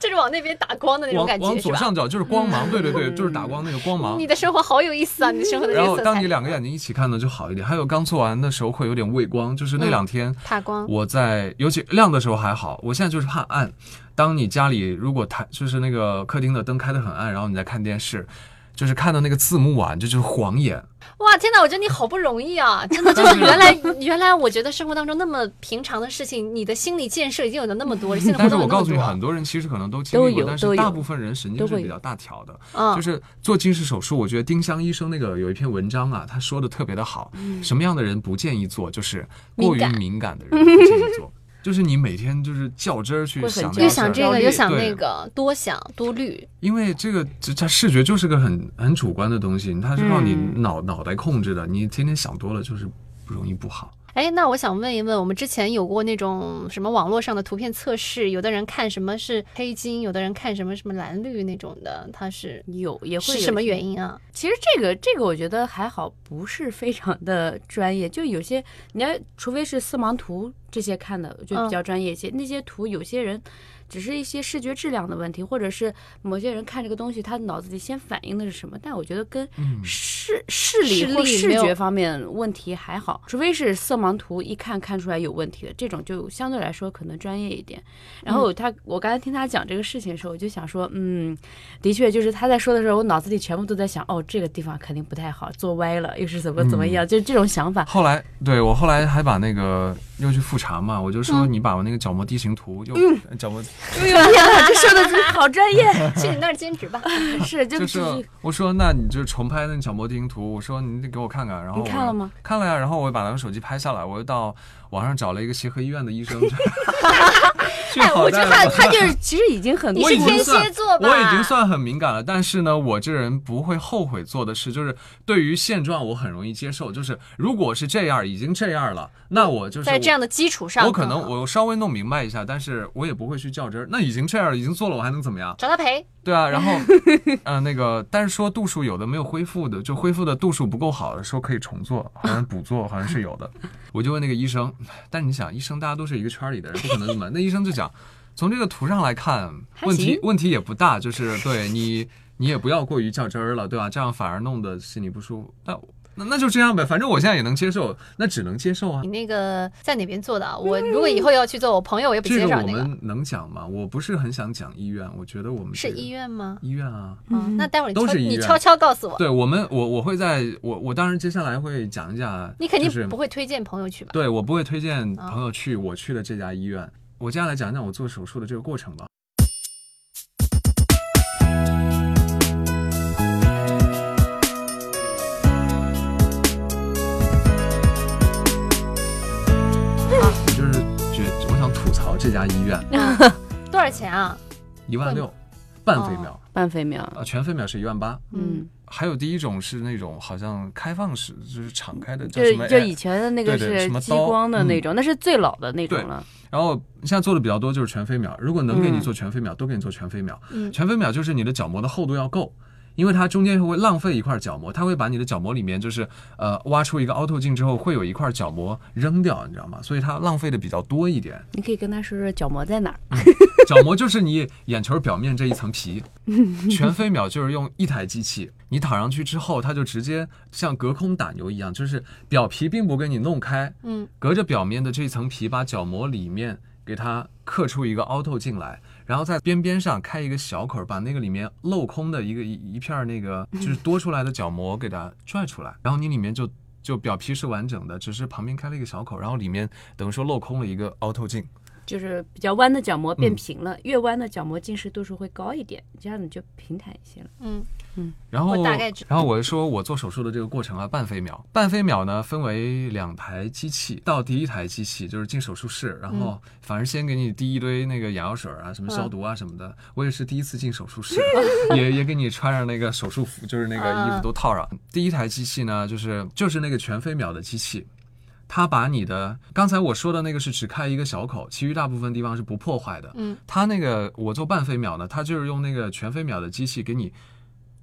就是往 那边打光的那种
往
感觉，
往
是
左
吧？嗯
上角就是光芒，对对对，就是打光那个光芒。
你的生活好有意思啊！你的生活的这
然
些
后
色彩。
当你两个眼睛一起看呢，就好一点。还有刚做完的时候会有点畏光，就是
嗯
那两天
怕光，
我在尤其亮的时候还好，我现在就是怕暗。当你家里如果台就是那个客厅的灯开得很暗，然后你在看电视，就是看到那个字幕啊，这就是晃眼。
哇，天哪！我觉得你好不容易啊，真的就是原来原来，我觉得生活当中那么平常的事情，你的心理建设已经有了那么多，心理活
但是
动有
我
那么
告诉你，
多。
很多人其实可能都经
都
历过，
有
但
都
是
有
大部分人神经
都
是
会
比
有
较大条的。
嗯
就是做近视手术，我觉得丁香医生那个有一篇文章啊，他说的特别的好。什么样的人不建议做？就是过于
嗯敏感
敏感的人不建议做。就是你每天就是较真儿去
会很
想
焦
这
又
个
虑
事
想
儿，
这个，又想
对
那个，多想多虑。
因为这个这它视觉就是个很很主观的东西，它是靠你
嗯
脑、脑袋控制的。你天天想多了，就是不容易不好。
哎，那我想问一问，我们之前有过那种什么网络上的图片测试，有的人看什么是黑金，有的人看什么什么蓝绿那种的，它是
有也会
是
有
什么
一些
原因 啊？
其实这个这个我觉得还好，不是非常的 专业。就有些你要，除非是色盲图这些看的，就
嗯
比较专业一些。那些图有些人只是一些视觉质量的问题，或者是某些人看这个东西，他脑子里先反应的是什么。但我觉得跟
嗯
视视
视
力或
力
视
没有
觉方面问题还好，除非是色盲图一看看出来有问题的，这种就相对来说可能专业一点。然
嗯
后他，我刚才听他讲这个事情的时候，我就想说，嗯，的确就是他在说的时候，我脑子里全部都在想，哦，这个地方肯定不太好，做歪了，又是怎么怎么
嗯
样，就是这种想法。
后来，对我后来还把那个又去复查嘛，我就说
嗯
你把我那个角膜地形图又、角膜
哎呦 天哪，这说的真好专业，
去你那儿兼职 吧。
是就
就是
是
我说那你就重拍那个角膜地形图，我说你得给我看看，然后
你
我
看了吗？
看了呀，然后我把那个手机拍下来，我又到网上找了一个协和医院的医 生，去
哎，
好
我觉
带
得
了
他他就是其实已经很
你
我
是
已
天
经
蝎
算
座吧
我已经算很敏感了，但是呢，我这人不会后悔做的事，就是对于现状我很容易接受，就是如果是这样，已经这样了，那我就是
在这样的基础上，
我可能我稍微弄明白一下，但是我也不会去较真儿。那已经这样了，已经做了，我还能怎么样？
找他赔。
对啊，然后，呃，那个，但是说度数有的没有恢复的，就恢复的度数不够好的，说可以重做，好像补做，好像是有的。我就问那个医生，但是你想，医生大家都是一个圈儿里的人，不可能怎么样。那医生就讲，从这个图上来看，
还
问题
行
问题也不大，就是对你你也不要过于较真儿了，对吧？这样反而弄得心里不舒服。那那那就这样呗，反正我现在也能接受，那只能接受啊
你。那个在哪边做的啊？我如果以后要去做，我朋友我也不
这
介
个
绍
我
那个。
们能讲吗？我不是很想讲医院，我觉得我们
是
这个
医院吗？
医院啊，
嗯，那待会儿你
都
悄
是医
你
院
悄悄告诉我，
对我们，我我会在我我当然接下来会讲一讲，
你肯
就是
定不嗯会推荐朋友去吧？
对我不会推荐朋友去我去的这家医院。我接下来讲讲我做手术的这个过程吧。 我就是觉得我想吐槽这家医院，
多少钱啊？
一万六，半
哦
飞秒，
半飞秒，
呃，全飞秒是一万八。
嗯，
还有第一种是那种好像开放式，就是敞开的，叫
就
什么哎
就
Air-
以前的那个
对对
是
什么
激
刀
光的那
嗯
种，那是最老的那种
对
了，
然后现在做的比较多就是全飞秒，如果能给你
嗯
做全飞秒，都给你做全飞秒。
嗯
全飞秒就是你的角膜的厚度要够，因为它中间会浪费一块角膜，它会把你的角膜里面就是呃挖出一个凹透镜之后，会有一块角膜扔掉，你知道吗？所以它浪费的比较多一点。
你可以跟他说说角膜在哪儿。
角膜就是你眼球表面这一层皮，全飞秒就是用一台机器，你躺上去之后，它就直接像隔空打牛一样，就是表皮并不给你弄开，
嗯，
隔着表面的这一层皮，把角膜里面给它刻出一个凹透进来，然后在边边上开一个小口，把那个里面镂空的一个一一片儿那个就是多出来的角膜给它拽出来，然后你里面就。就表皮是完整的，只是旁边开了一个小口，然后里面等于说镂空了一个凹透镜。
就是比较弯的角膜变
嗯
平了，越弯的角膜近视度数会高一点，这样你就平坦一些了。
嗯，
然后
我大概知
然后我说我做手术的这个过程啊，半飞秒，半飞秒呢分为两台机器，到第一台机器就是进手术室，然
嗯
后反正先给你滴一堆那个眼药水啊，什么消毒啊什么的。我也是第一次进手术室，啊 也也给你穿上那个手术服，就是那个
嗯
衣服都套上。第一台机器呢，就是就是那个全飞秒的机器。它把你的刚才我说的那个是只开一个小口，其余大部分地方是不破坏的。
嗯，
它那个我做半飞秒呢，它就是用那个全飞秒的机器给你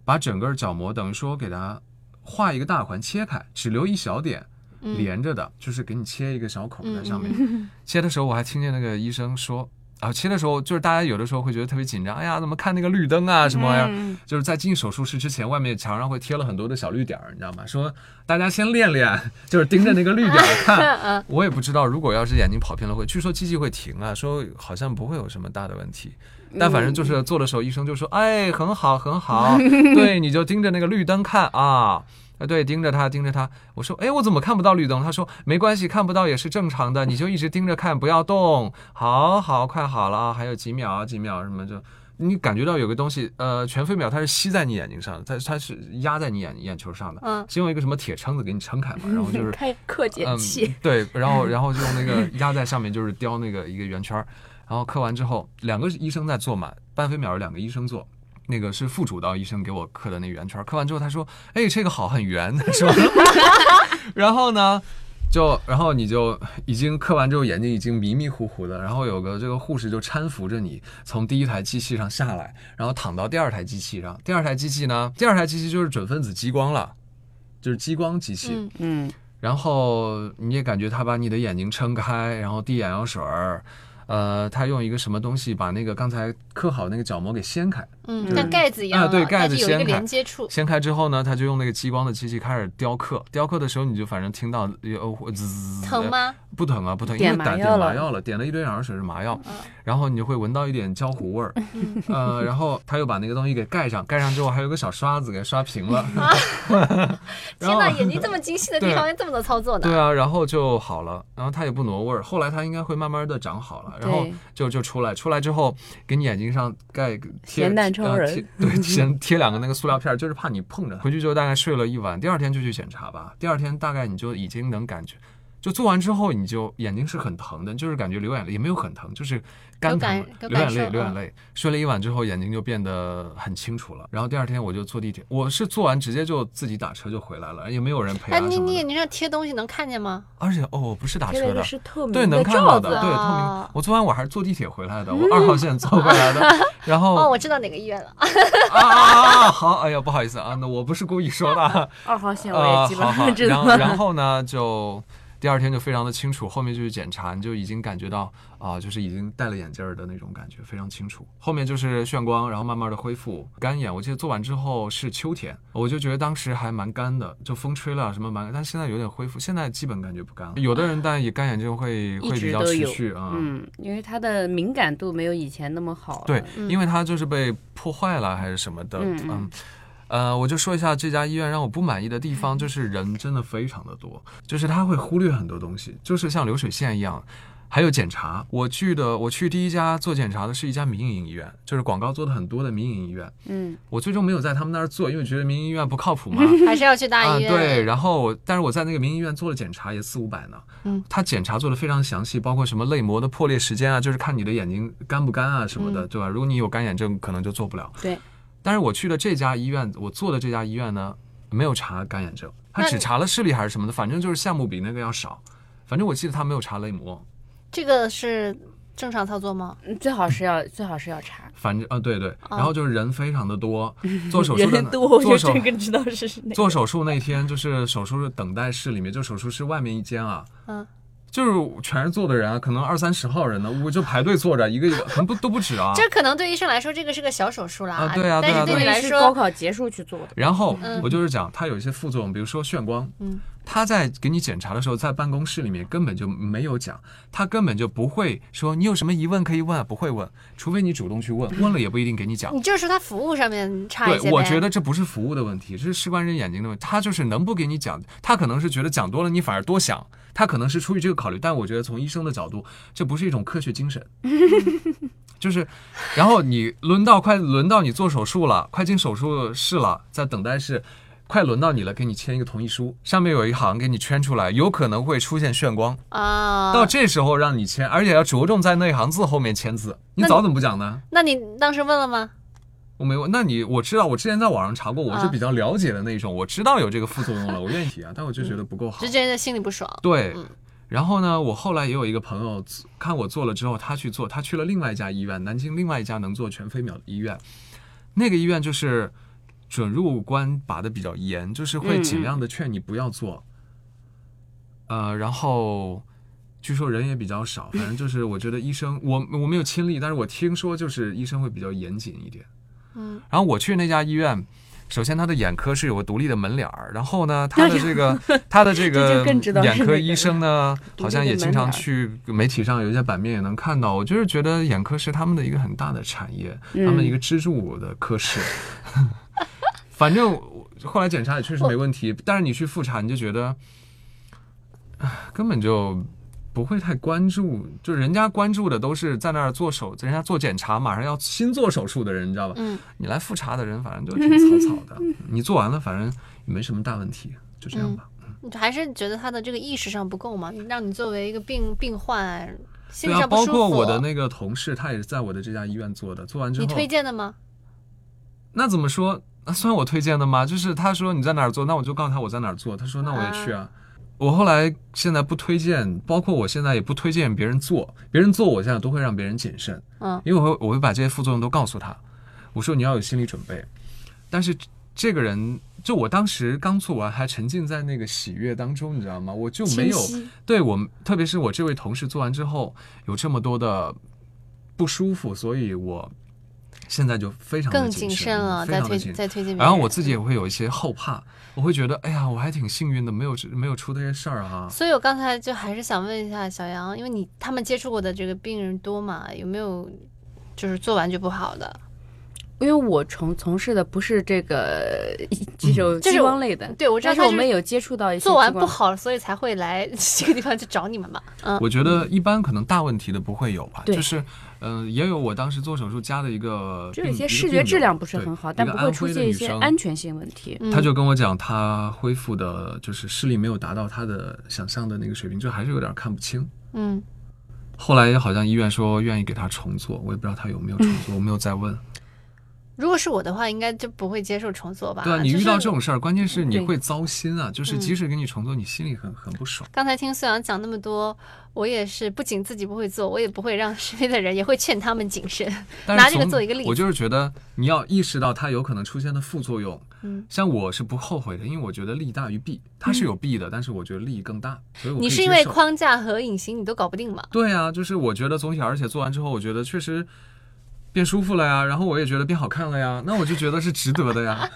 把整个角膜等于说给它画一个大环切开，只留一小点
嗯
连着的，就是给你切一个小孔
嗯
在上面。切的时候我还听见那个医生说：“啊，切的时候就是大家有的时候会觉得特别紧张，哎呀，怎么看那个绿灯啊什么玩意儿？
嗯
就是在进手术室之前，外面墙上会贴了很多的小绿点儿，你知道吗？说大家先练练，就是盯着那个绿点儿看。我也不知道，如果要是眼睛跑偏了会，据说机器会停啊，说好像不会有什么大的问题。但反正就是做的时候，医生就说：“哎，很好，很好，对，你就盯着那个绿灯看啊。”啊，对，盯着它，盯着它。我说，哎，我怎么看不到绿灯？他说，没关系，看不到也是正常的，你就一直盯着看，不要动。好好，快好了，还有几秒，几秒什么就，你感觉到有个东西，呃，全飞秒它是吸在你眼睛上的，它它是压在你眼眼球上的，
嗯
先用一个什么铁撑子给你撑开嘛，然后就是
开课检器
嗯，对，然后然后就用那个压在上面，就是雕那个一个圆圈儿，然后刻完之后，两个医生在做嘛，半飞秒有两个医生做。那个是副主刀医生给我刻的那圆圈儿，刻完之后他说：“哎，这个好，很圆。”他说， 然后呢，就然后你就已经刻完之后眼睛已经迷迷糊糊的，然后有个这个护士就搀扶着你从第一台机器上下来，然后躺到第二台机器上。第二台机器呢，第二台机器就是准分子激光了，就是激光机器。
嗯
嗯，
然后你也感觉他把你的眼睛撑开，然后滴眼药水儿，呃，他用一个什么东西把那个刚才刻好那个角膜给掀开，
嗯
就，
像
是
盖子一样
啊对盖
但
子
是有一个
掀开
连接处，
掀开之后呢，他就用那个激光的机器开始雕刻，雕刻的时候你就反正听到有呃滋滋滋
疼？吗？
不疼啊，不疼，因
点
为
麻
打点
药
麻
了
药了，点了一堆眼药水是麻药，
嗯
然后你就会闻到一点焦糊味儿， 呃，然后他又把那个东西给盖上，盖上之后还有个小刷子给刷 平了，然
天
后
呐，眼睛这么精细的地
对
方要这么多操作呢？
对啊，然后就好了，然后它也不挪味儿。后来它应该会慢慢的长好了，然后
嗯对
就就出来，出来之后给你眼睛上盖个贴
咸蛋超
呃
人
贴 对，先贴两个那个塑料片儿，就是怕你碰着。回去之后大概睡了一晚，第二天就去检查吧。第二天大概你就已经能感觉，就做完之后你就眼睛是很疼的，就是感觉流眼泪，也没有很疼，就是干
有
疼
感
了，
有感受
流眼泪，流眼
嗯
泪。睡了一晚之后眼睛就变得很清楚了。然后第二天我就坐地铁，我是做完直接就自己打车就回来了，也没有人陪啊
哎，
什么的。
你你眼睛上贴东西能看见吗？
而且哦，不是打
贴了
车
一个
的，
是透明
对，能
的
看到
罩
的，
子，嗯
对，透明
啊。
我昨晚我还是坐地铁回来的，我二号线坐回 来的。然后
哦，
啊
我知道哪个医院 了。
啊啊啊！好，哎呀，不好意思啊，那我不是故意说的 啊。
二号线我
啊，
也基
好
本
好
上，知
然
道
后 然后呢，就第二天就非常的清楚，后面就去检查，你就已经感觉到啊，就是已经戴了眼镜儿的那种感觉，非常清楚。后面就是眩光，然后慢慢的恢复干眼。我记得做完之后是秋天，我就觉得当时还蛮干的，就风吹了什么蛮，但现在有点恢复，现在基本感觉不干了。有的人但也干眼症会
一
会比
直
较
都
持
有
续啊。
嗯，因为它的敏感度没有以前那么好了。
对，因为它就是被破坏了还是什么的，
嗯嗯
嗯。呃，我就说一下这家医院让我不满意的地方，就是人真的非常的多，就是他会忽略很多东西，就是像流水线一样，还有检查。我去的，我去第一家做检查的是一家民营医院，就是广告做的很多的民营医院。
嗯，
我最终没有在他们那儿做，因为觉得民营医院不靠谱嘛。
还是要去大医院。
啊、对，，然后我但是我在那个民营医院做了检查，也四五百呢。
嗯，
他检查做的非常详细，包括什么泪膜的破裂时间啊，就是看你的眼睛干不干啊什么的，对吧？如果你有干眼症，可能就做不了。
嗯对，
但是我去的这家医院，我做的这家医院呢，没有查干眼症，他
那
只
你
查了视力还是什么的，反正就是项目比那个要少。反正我记得他没有查泪膜，
这个是正常操作吗？
嗯最好是要最好是要查。
反正啊对对，然后就是人非常的 多，做手术的
哦人
呢
多，我
做
就
手
这个知道是哪
做手术那天，就是手术室等待室里面，就手术室外面一间啊，
嗯，
就是全是坐的人啊，可能二三十号人呢，我就排队坐着，一个一个，可能不都不止啊。
这可能对医生来说，这个是个小手术啦。
啊对啊
但
对
是
啊
对
对
你
啊
来
是高
说，
考结束去做的。
然后
嗯
我就是讲，它有一些副作用，比如说眩光，
嗯，
他在给你检查的时候，在办公室里面根本就没有讲，他根本就不会说你有什么疑问可以问啊，不会问，除非你主动去问，问了也不一定给你讲。
你就是说他服务上面差一些呗。
对，我觉得这不是服务的问题，这是事关人眼睛的问题。他就是能不给你讲，他可能是觉得讲多了你反而多想，他可能是出于这个考虑。但我觉得从医生的角度，这不是一种科 学精神。就是，然后你轮到快轮到你做手术了，快进手术室了，在等待室。快轮到你了，给你签一个同意书，上面有一行给你圈出来，有可能会出现眩光，
啊，
到这时候让你签，而且要着重在那一行字后面签字。你
那
早怎么不讲呢？
那你当时问了吗？
我没问，那你我知道，我之前在网上查过，我是
啊
比较了解的那一种，我知道有这个副作用了，我愿意提啊，但我就觉得不够好
就。觉得心里不爽。
对，然后呢，我后来也有一个朋友看我做了之后，他去做，他去了另外一家医院，南京另外一家能做全飞秒的医院，那个医院就是准入关把的比较严，就是会
嗯
尽量的劝你不要做，呃，然后。据说人也比较少，反正就是我 觉得医生，我我没有亲历，但是我听说就是医生会比较严谨一点。
嗯，
然后我去那家医院，首先它的眼科是有个独立的门脸儿，然后呢，它的这 个它的这
这
个
就更知道是
眼科
哪个
医生呢，
独立的
好像也经
门
常
脸儿
去媒体上有一些版面也能看到。我就是觉得眼科是他们的一个很大的产业，
嗯
他们一个支柱的科室。反正我后来检查也确实没问题，但是你去复查你就觉得，唉根本就不会太关注，就人家关注的都是在那儿做手，人家做检查，马上要新做手术的人，你知道吧？
嗯，
你来复查的人，反正就挺草草的，你做完了，反正也没什么大问题，就这样吧。
你还是觉得他的这个意识上不够嘛？让你作为一个病病患，心
对
理
啊，
上不舒服。
包括我的那个同事，他也是在我的这家医院做的，做完之
你
后，
推荐的吗？
那怎么说？那算我推荐的吗？就是他说你在哪儿做，那我就告诉他我在哪儿做。他说那我也去啊。我后来现在不推荐，包括我现在也不推荐别人做，别人做我现在都会让别人谨慎，
嗯，
因为我会我会把这些副作用都告诉他，我说你要有心理准备。但是这个人，就我当时刚做完，还沉浸在那个喜悦当中，你知道吗？我就没有
清晰
对我们，特别是我这位同事做完之后有这么多的不舒服，所以我现在就非常地
更谨
谨
慎了，
非
再
常
推
的谨慎。
再推荐别人。
然后我自己也会有一些后怕，我会觉得，哎呀，我还挺幸运的，没有没有出这些事儿啊哈。
所以我刚才就还是想问一下小杨，因为你他们接触过的这个病人多嘛，有没有就是做完就不好的？
因为我从从事的不是 这个这种
嗯就是
激光类的，
对我知道
但是
他
我
就是
们有接触到一些
做完
激
不
光
好了，所以才会来 这个地方去找你们嘛。嗯
我觉得一般可能大问题的不会有吧，
对
就是，嗯、也有我当时做手术加的一个
就
病，
有
嗯
些
一个
视
病
觉质
友
量不是
对
很好，
一
但
个
不
安
会出
徽的
现一
女
些
生
安全性问题。
嗯
他就跟我讲，他恢复的就是视力没有达到他的想象的那个水平，就还是有点看不清。
嗯，
后来好像医院说愿意给他重做，我也不知道他有没有重做，我没有再 问。
如果是我的话，应该就不会接受重做吧？
对啊，你
就
遇
是
到这种事儿，关键是你
对
会糟心啊，就是
嗯
即使给你重做，你心里很很不爽。
刚才听素阳讲那么多，我也是不仅自己不会做，我也不会让身边的人，也会劝他们谨慎。
但是
拿这个
从
做一个例子
我就是觉得你要意识到它有可能出现的副作用。
嗯，
像我是不后悔的，因为我觉得利大于弊，它是有弊的，但是我觉得利益更大，所以我可
你
以
是因
接
为
受
框架和隐形你都搞不定嘛？
对啊，就是我觉得总体而且做完之后，我觉得确实变舒服了呀，然后我也觉得变好看了呀，那我就觉得是值得 的呀。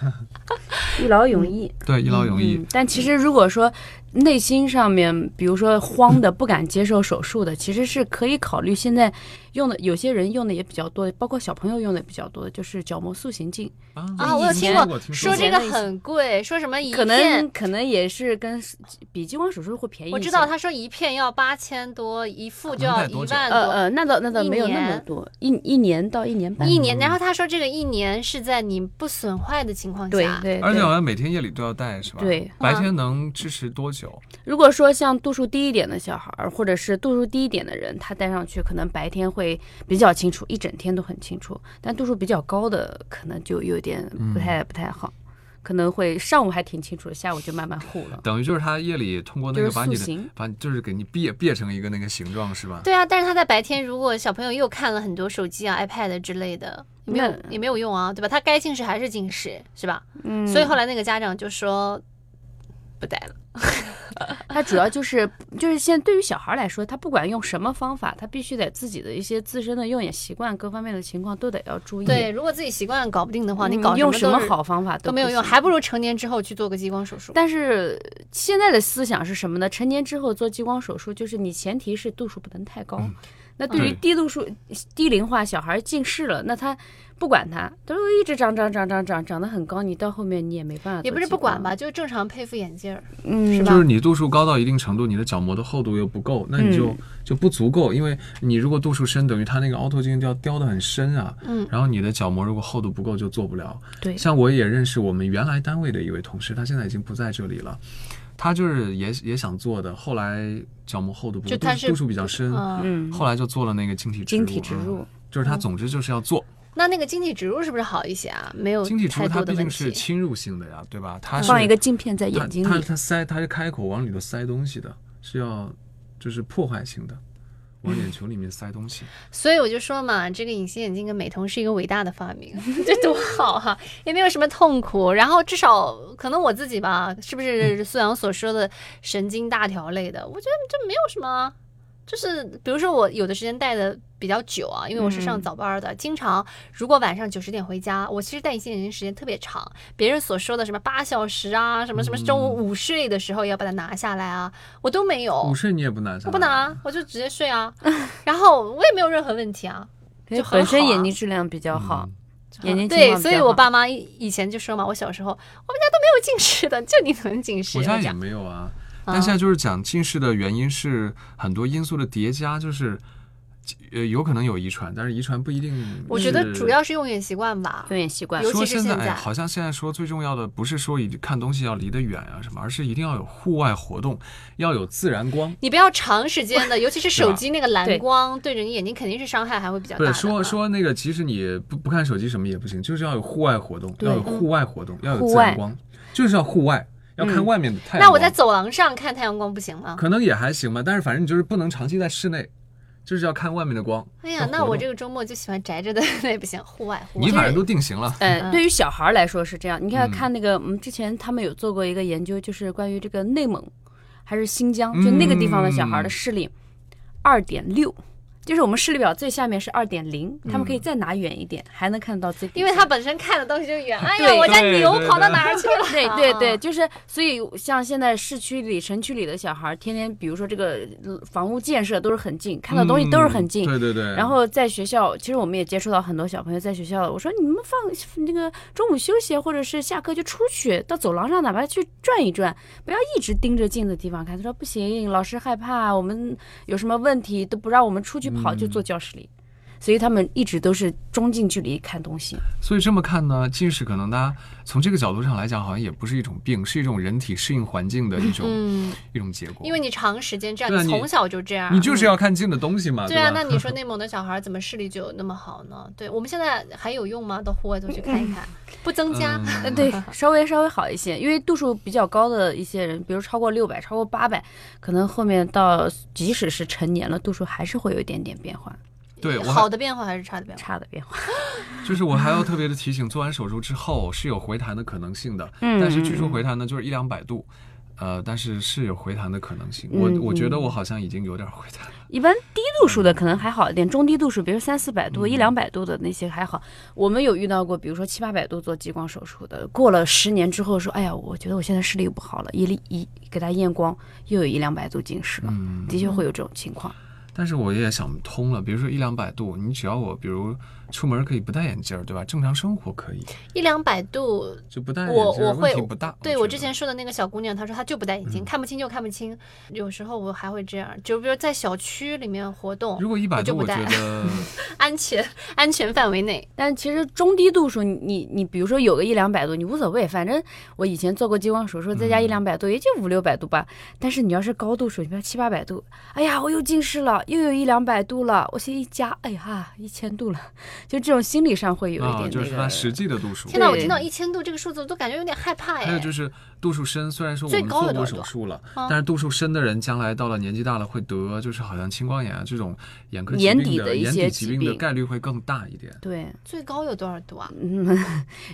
一劳永逸，
对，一劳永逸。
嗯，但其实如果说内心上面，比如说慌的、不敢接受手术的，其实是可以考虑现在用的，有些人用的也比较多，包括小朋友用的比较多，就是角膜塑形镜，
啊，我有
以
听
前
过，
说
说这
过
个很贵，说什么一
可
片
能可能也是跟比激光手术会便宜
哎
一些。
我知道他说一片要八千多，一副就要
能戴
一
多久
万
呃
多。
呃，那倒那倒
一
没有那么
年
多，一一年到一
嗯
年半。
一年，然后他说这个一年是在你不损坏的情况
对
下，
对，
而且
对
好像每天夜里都要戴，是吧？
对，
白
嗯
天能支持多久？
如果说像度数低一点的小孩儿，或者是度数低一点的人，他戴上去可能白天会比较清楚，一整天都很清楚。但度数比较高的，可能就有点
嗯
不太、不太好，可能会上午还挺清楚的，下午就慢慢糊了。
等于就是它夜里通过那个
就是
把你
塑
的
形，
把就是给你别别成一个那个形状，是吧？
对啊，但是他在白天，如果小朋友又看了很多手机啊、iPad 之类的，也没有
那
也没有用啊，对吧？他该近视还是近视，是吧？
嗯，
所以后来那个家长就说不戴了。
他主要就是就是现在对于小孩儿来说，他不管用什么方法，他必须得自己的一些自身的用眼习惯各方面的情况都得要注意。
对，，如果自己习惯搞不定的话，你
嗯
搞
用
什
什么
都是
好方法
都
不
没有用，
行
还不如成年之后去做个激光手术。
但是呃现在的思想是什么呢？成年之后做激光手术，就是你前提是度数不能太高。那对于
对
低度数、
嗯
低龄化小孩近视了，那他不管他，他说一直长长长长长长得很高，你到后面你也没办法。
也不是不管吧，，就正常配副眼镜儿。
嗯，
是吧
就是你度数高到一定程度，你的角膜的厚度又不够，那你就、
嗯
就不足够，因为你如果度数深，等于它那个凹透镜就要雕得很深啊。
嗯
然后你的角膜如果厚度不够，就做不了。
对
像我也认识我们原来单位的一位同事，他现在已经不在这里了。他就是也也想做的，后来角膜厚度不够，
就
度
他
数
是
度数比较深，
嗯，
嗯，
后来就做了那个晶体植入。
晶体植入
嗯，就是他总之就是要做。
那那个晶体植入是不是好一些啊？没有
晶体植
太
入它
多的
毕
问
竟
题
是。侵入性的呀，对吧？它是
放一个镜片在
它
眼睛
它
里，
它塞它是开口往里头塞东西的，是要就是破坏性的，往眼球里面塞东西。
所以我就说嘛，这个隐形眼镜跟美瞳是一个伟大的发明， 这多好哈、也没有什么痛苦。然后至少可能我自己吧，是不是苏阳所说的神经大条类的？我觉得这没有什么，就是比如说我有的时间戴的比较久啊，因为我是上
嗯
早班的，经常如果晚上九十点回家，我其实戴隐形眼镜时间特别长。别人所说的什么八小时啊，什么什么中午午睡的时候要把它拿下来啊，我都没有
午，睡你也不拿下，
我不拿，，我就直接睡啊。 然后我也没有任何问题 啊，就
可
是很
本身
好啊嗯
眼睛质量比较
嗯
好，眼睛情
对，
况比
所以
较
我
好
爸妈以以前就说嘛，我小时候我们家都没有近视的，就你能近视。嗯
我家
这
也
样
没有啊。但现在就是讲近视的原因是很多因素的叠加，就是呃有可能有遗传，但是遗传不一定。
我觉得主要是用眼习惯吧。
用眼习惯
有。尤
说
其是
现在
现在
哎好像现在说最重要的不是说一看东西要离得远啊什么，而是一定要有户外活动，要有自然光。
你不要长时间的，尤其是
是吧
手机那个蓝
对
光对着你眼睛，肯定是伤害还会比较大
对，
的。
说，说那个，即使你不不看手机什么也不行，就是要有户外活动，
对
要有户外活动，要有
户
自
外
然光，就是要户外，要看
嗯
外面的太阳光。
那我在走廊上看太阳光不行吗？
可能也还行吧，但是反正你就是不能长期在室内，就是要看外面的光。
哎呀
要，
那
活
我
动
这个周末就喜欢宅着的， 那也不行，户外户外。
你反正都定型了，
呃，
嗯
对于小孩儿来说是这样。你看
嗯
看那个，我们之前他们有做过一个研究，就是关于这个内蒙还是新疆，就那个地方的小孩儿的
嗯
视力二点六，就是我们视力表最下面是二点零，他们可以再拿远一点，还能看到最底
因为
下
他本身看的东西就 远。哎呀，
对
我家
对
牛
对
跑到
对
哪儿去了？哦
对对对，就是所以像现在市区里、城区里的小孩儿，天天比如说这个呃房屋建设都是很近，看到东西都是很近。
嗯对对对。
然后在学校，其实我们也接触到很多小朋友在学校，我说你们放那个中午休息或者是下课就出去到走廊上，哪怕去转一转，不要一直盯着镜子地方看。他说不行，老师害怕，我们有什么问题都不让我们出去跑，就坐教室里。所以他们一直都是中近距离看东西。
所以这么看呢，近视可能大家从这个角度上来讲，好像也不是一种病，是一种人体适应环境的一种、
嗯，
一种结果。
因为你长时间这
对
样，
啊
你
你
从小就这样，嗯
你就是要看近的东西嘛，
对
吧？
啊，那你说内蒙的小孩怎么视力就有那么好呢？对我们现在还有用吗？到户外头去看 一看，不增加。
嗯
呃，对，稍微稍微好一些，因为度数比较高的一些人，比如超过六百、超过八百，可能后面到即使是成年了，度数还是会有一点点变化，
对我还
好的变化还是差的变化？
差的变化。
就是我还要特别的提醒，做完手术之后是有回弹的可能性的，
嗯
但是据说回弹呢就是一两百
嗯
度。呃，但是是有回弹的可能性，我
嗯
我觉得
嗯
我好像已经有点回弹了。
一般低度数的可能还好一点，中低度数，比如三四百度、一两百度的那些还好。我们有遇到过，比如说七八百度做激光手术的，过了十年之后说，哎呀，我觉得我现在视力不好了，一粒一给他验光，又有一两百度近视了，
嗯，
的确会有这种情况。
但是我也想通了，比如说一两百度，你只要我比如出门可以不戴眼镜儿，对吧？正常生活可以，
一两百度，
就不戴眼
我
镜儿
我会
问题不大。
对
觉
我
得
之前说的那个小姑娘，她说她就不戴眼
嗯
镜，看不清就看不清。有时候我还会这样，就比如在小区里面活动，
如果一百
我就
度，
不
我
戴
觉得
安全安全范围内，
但其实中低度数你，你你比如说有个一两百度，你无所谓，反正我以前做过激光手术，在家一
嗯
两百度也就五六百度吧。但是你要是高度数，你比如七八百度，哎呀，我又近视了，又有一两百度了，我现在一加，哎呀，一千度了， 就这种心理上会有一点、那
啊，
个
就是它实际的度数。
天哪！我
对
听到一千度这个数字，我都感觉有点害怕
还有
哎。
就是度数深，虽然说我
最
们
高有
做
多
过
少度
手术了，
啊
但是度数深的人将来到了年纪大了会得，就是好像青光眼啊这种眼科疾
眼
病
底的
的
一
眼
些
底
疾
疾病的
病
概率会更大一点。
对，
最高有多少度啊？
嗯，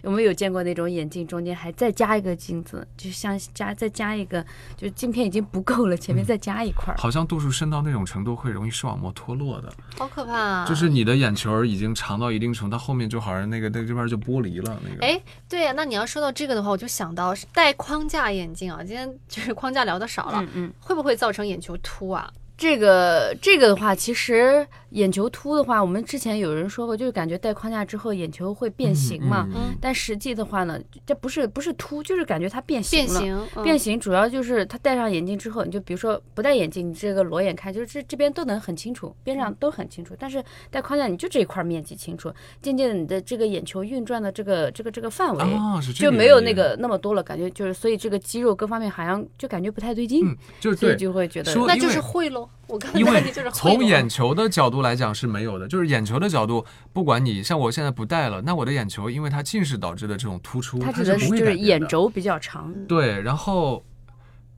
我们有见过那种眼镜中间还再加一个镜子，就像加再加一个，就是镜片已经不够了，前
嗯
面再加一块儿。
好像度数深到那种程度会容易视网膜脱落的，
好可怕啊！
就是你的眼球儿已经长到一定程度，它后面就好像那个那这边儿就剥离了那个。
哎，对呀、那你要说到这个的话，我就想到是戴框架眼镜啊，今天 就是框架聊的少了，
嗯嗯。
会不会造成眼球凸啊？
这个这个的话，其实眼球凸的话，我们之前有人说过，就是感觉戴框架之后眼球会变形嘛。
嗯
嗯
但实际的话呢，这不是不是凸，就是感觉它变形
变
了。
形，嗯
变形主要就是它戴上眼镜之后，你就比如说不戴眼镜，你这个裸眼看，就是这这边都能很清楚，边
嗯
上都很清楚。但是戴框架，你就这一块面积清楚，渐渐地你的这个眼球运转的这个这个这个范围、
啊，是这
嗯就
原
没有
因
那个那么多了，感觉就是所以这个肌肉各方面好像就感觉不太对劲，
嗯，就是
所以
对，
就会觉得
说
那
因
就是
为
会喽。我 刚才
因
问
为
题就是会咯
从眼嗯球的角度来讲是没有的，就是眼球的角度，不管你像我现在不戴了，那我的眼球因为它近视导致的这种突出，
它
它
指的
是
是
不会
就
改
是
变
眼
的。
轴比较长，
对，然后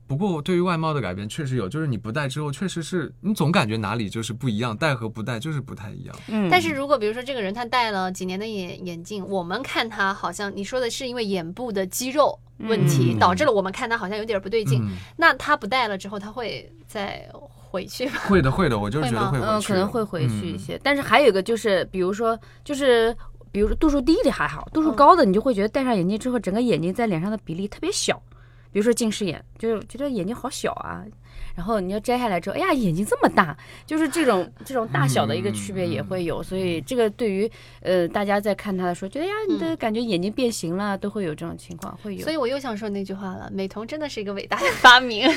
不过对于外貌的改变确实有，就是你不戴之后，确实是你总感觉哪里就是不一样，戴和不戴就是不太一样。
嗯
但是如果比如说这个人他戴了几年的眼眼镜，我们看他好像你说的是因为眼部的肌肉问题、
嗯
导致了我们看他好像有点不对劲，
嗯，
那他不戴了之后，他会再回去吗？
会的，会的，我就是觉得
会
会
嗯，
回去，
可能会回去一
嗯。
些。但是还有一个就是，比如说，就是比如说度数低的还好，度数
嗯
高的你就会觉得戴上眼镜之后，整个眼睛在脸上的比例特别小。比如说近视眼，就是觉得眼睛好小啊，然后你要摘下来之后，哎呀，眼睛这么大，就是这种这种大小的一个区别也
嗯
会有，所以这个对于呃大家在看他的时候，觉得哎呀你的感觉眼睛变形了，都会有这种情况，会有。
嗯所以我又想说那句话了，美瞳真的是一个伟大的发明，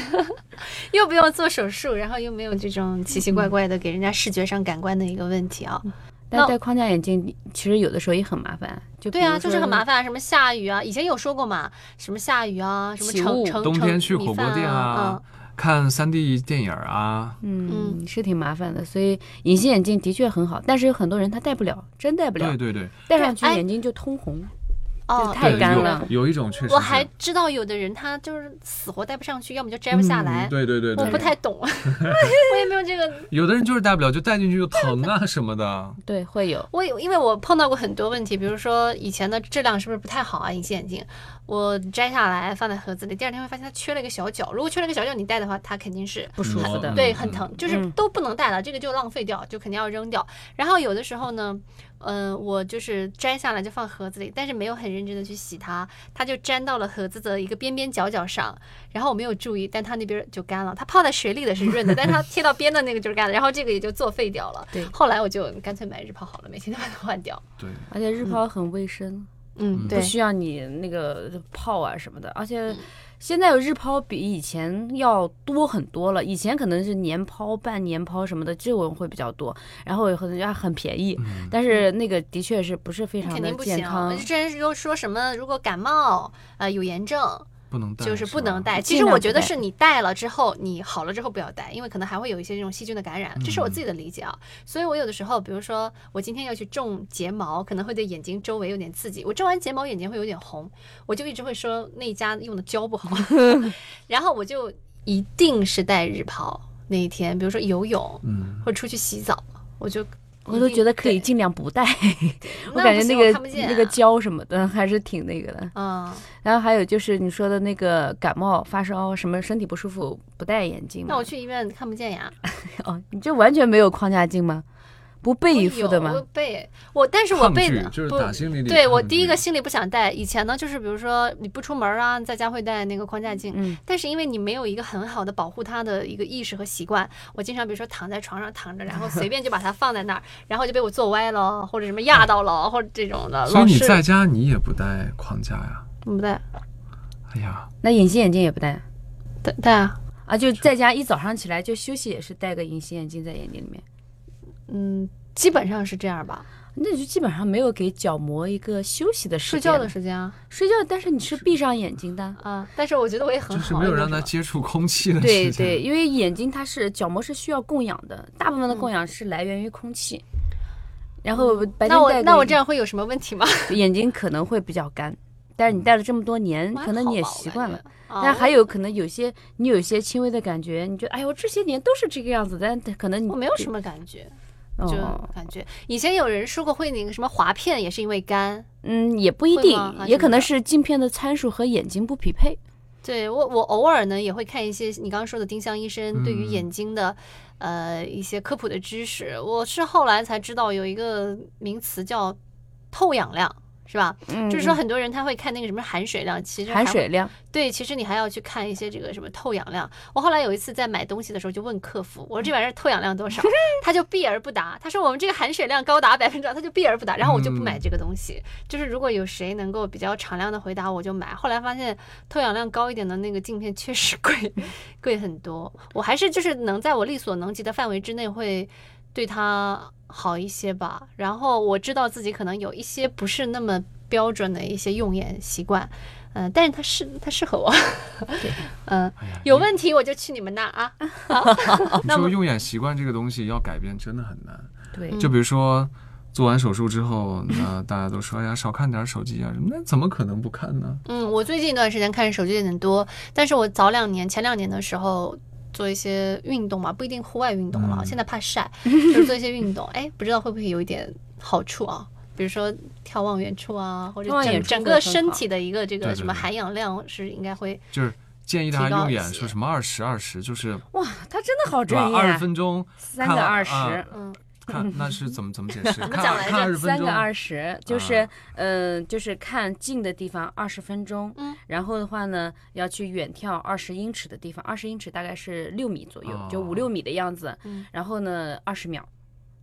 又不用做手术，然后又没有这种奇奇
嗯
怪怪的给人家视觉上感官的一个问题啊。
但
那
戴框架眼镜其实有的时候也很麻烦，就
对啊，
比如
就是
说
很麻烦，什么下雨啊，以前有说过嘛，什么下雨啊，什么
起
盛
雾
盛
冬天去火锅店
啊，
看三 D 电影啊，
嗯，是挺麻烦的，所以隐形眼镜的确很好，但是有很多人他戴不了，真戴不了
对，对对，
戴上去
哎
眼睛就通红。
嗯
就
哦，
太
对
干
有
了
有一种确实是，
我还知道有的人他就是死活戴不上去，要么就摘不下来
嗯。对对对
我
对，
不太懂，啊 我也没有这个
有的人就是戴不了，就戴进去就疼啊什么的。
对，会有。
我有，因为我碰到过很多问题，比如说以前的质量是不是不太好啊？隐形眼镜，我摘下来放在盒子里，第二天会发现它缺了一个小角。如果缺了一个小角，你戴的话，它肯定是
不舒服的
嗯
对很疼，就是
嗯
都不能戴了，这个就浪费掉，就肯定要扔掉。然后有的时候呢，嗯、我就是摘下来就放盒子里，但是没有很认真的去洗它，它就粘到了盒子的一个边边角角上，然后我没有注意，但它那边就干了。它泡在水里的是润的，但它贴到边的那个就是干的，然后这个也就作废掉了。
对
后来我就干脆买日抛好了，每天都把它换掉。
对，
而且日抛很卫生，
嗯，
嗯
对嗯
不，需要你那个泡啊什么的。而且现在有日抛比以前要多很多了，以前可能是年抛、半年抛什么的，这种会比较多。然后有很多很便宜，
嗯，
但是那个的确是不是非常
肯
的
定不
健
行。我
康
就之。前又说什么，如果感冒，呃，有炎症，
不能戴，
就是不能
吧
戴。其
尽
实
量
我
不
觉得
戴
是你戴了之后，你好了之后不要戴，因为可能还会有一些这种细菌的感染，这是我自己的
嗯
理解啊。所以我有的时候，比如说我今天要去种睫毛，可能会对眼睛周围有点刺激。我种完睫毛眼睛会有点红，我就一直会说那一家用的胶不好， 然后我就一定是戴日抛那一天，比如说游泳
嗯，
或者出去洗澡，我就
我都觉得可以
对
尽量 不戴，我
那
感
不
觉那
行我
个
看不见
那个
啊
胶什么的还是挺那个的。
嗯。
然后还有就是你说的那个感冒、发烧啊什么身体不舒服不戴眼镜吗，
那我去医院看不见呀，
哦，你这完全没有框架镜吗？不备一副的
我有我
吗？
背我，但是我
抗
背
拒
的
就是
不
打心里里抗拒。
对我第一个心里不想戴，以前呢就是比如说你不出门啊，在家会戴那个框架镜，
嗯
但是因为你没有一个很好的保护它的一个意识和习惯，我经常比如说躺在床上躺着，然后随便就把它放在那儿，然后就被我坐歪了，或者什么压到了，或者这种的。
所以你
老是
在家你也不戴框架呀？
不戴
哎呀，
那隐形眼镜也不戴
戴戴啊，
啊？就在家一早上起来就休息也是戴个隐形眼镜在眼睛里面，
嗯，基本上是这样吧，
那就基本上没有给角膜一个休息的时
睡
间。
觉的时间啊
睡觉，但是你是闭上眼睛的。
啊，但是我觉得我也很
就
好，
是没有
也
让
什
他
么
接触空 气的
对
时间。
对，因为眼睛它是角膜是需要供氧的，大部分
嗯
的供氧是来源于空气。然后
那
白天戴
我
个
那我
眼
这样会有什么问题吗？
眼睛可能会比较干，但是你戴了这么多年，
还
可能你也
嗯好吧我
习
感
惯
觉
了。
啊
但
我
还有可能有些你有一些轻微的感觉，你觉得哎呦这些年都是这个样子，但可能你
我没有什么感觉，就
哦，
感觉以前有人说过会那个什么滑片也是因为干，
嗯，也不一
会
定
吗还，
也
是
可
没
能
有
是镜片的参数和眼睛不匹配。
对我我偶尔呢也会看一些你刚刚说的丁香医生对于
嗯
眼睛的、呃一些科普的知识，我是后来才知道有一个名词叫透氧量。是吧？
嗯，
就是说，很嗯多人他会看那个什么含水量，其实还
含
会
水量，
对，其实你还要去看一些这个什么透氧量。我后来有一次在买东西的时候就问客服，我说这玩意儿透氧量多少，他就避而不答。他说我们这个含水量高达百分之，他就避而不答。然后我就不买
嗯
这个东西。 就是如果有谁能够比较敞亮的回答，我就买。后来发现透氧量高一点的那个镜片确实贵，贵很多。我还是就是能在我力所能及的范围之内会对它好一些吧。然后我知道自己可能有一些不是那么标准的一些用眼习惯，嗯、但是它适它适合我，嗯、
哎呀，
有问题我就去你们那儿啊。
嗯
你
那
说
么嗯
用眼习惯这个东西要改变真的很难。
对，
就比如说做完手术之后，那大家都说哎呀少看点手机啊什么，那怎么可能不看呢？
嗯，我最近一段时间看手机有点多，但是我早两年、前两年的时候做一些运动嘛，不一定户外运动了，
嗯
现在怕 晒，就是做一些运动。哎，不知道会不会有一点好处啊？比如说眺望远处啊，或者
眺望
整
远处
整
会
个
很
身
好
体的一个这
对
个
对
什么
对
含氧量是应该会
就是建议大
提
家
高
用
一
眼
些
说什么二十二十，就是
哇，他真的好
对
专
吧？
业
二十
啊，
分钟
三
看
个
了
二十。
啊
嗯，
看那是怎么怎么解 释？
么讲来着
看看二十分
三
钟啊
个，二十，就是嗯、呃就是看近的地方二十分钟，
嗯，
然后的话呢，要去远眺二十英尺的地方，二十英尺大概是六米左右，
哦
就五六米的样子，
嗯
然后呢，二十秒，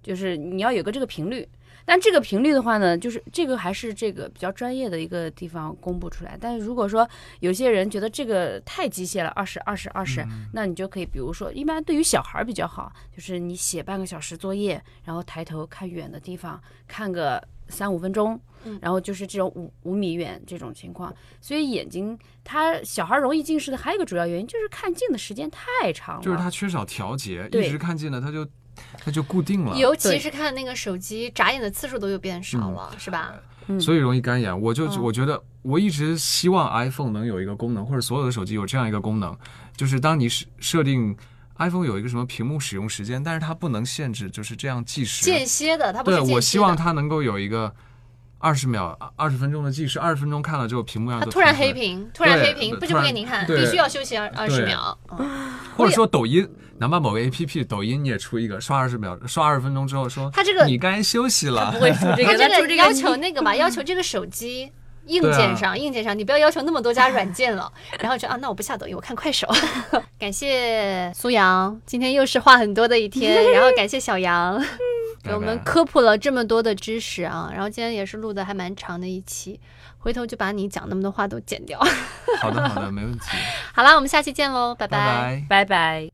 就是你要有个这个频率。但这个频率的话呢，就是这个还是这个比较专业的一个地方公布出来。但是如果说有些人觉得这个太机械了，二十二十二
嗯
十，那你就可以，比如说，一般对于小孩儿比较好，就是你写半个小时作业，然后抬头看远的地方，看个三五分钟
嗯，
然后就是这种五五米远这种情况。所以眼睛，他小孩儿容易近视的还有一个主要原因就是看近的时间太长了，
就是 他缺少调节，
对
一直看近了他就他就固定了。
尤其
对
是看那个手机眨眼的次数都又变
嗯
少了，是吧？
所以容易干眼。我就、
嗯
我觉得，我一直希望 iPhone 能有一个功能，或者所有的手机有这样一个功能，就是当你设设定 iPhone 有一个什么屏幕使用时间，但是它不能限制，就是这样计时。
间歇的，它不是
对，
间歇的。
我希望它能够有一个二十秒、二十分钟的计时，二十分钟看了之后屏幕上
它
就
突然
停
黑，
止
屏，突然黑屏，
对
不就不给你看，
突然
必须要休息二二十秒。嗯
或者说抖音，哪怕某个 APP 抖音你也出一个，刷二十秒，刷二十分钟之后说，
它这个
你该休息了
不。会出这
它
个，他
这
出
个
这个
要求那个吧，要求这个手机。硬
啊
件上，硬件上，你不要要求那么多加软件了。然后就啊，那我不下抖音，我看快手。 感谢苏阳，今天又是话很多的一天。然后感谢小杨， 给我们
拜拜
科普了这么多的知识啊。然后今天也是录的还蛮长的一期，回头就把你讲那么多话都剪掉。
好的好的，没问题，
好啦，我们下期见喽，
拜拜。
拜拜。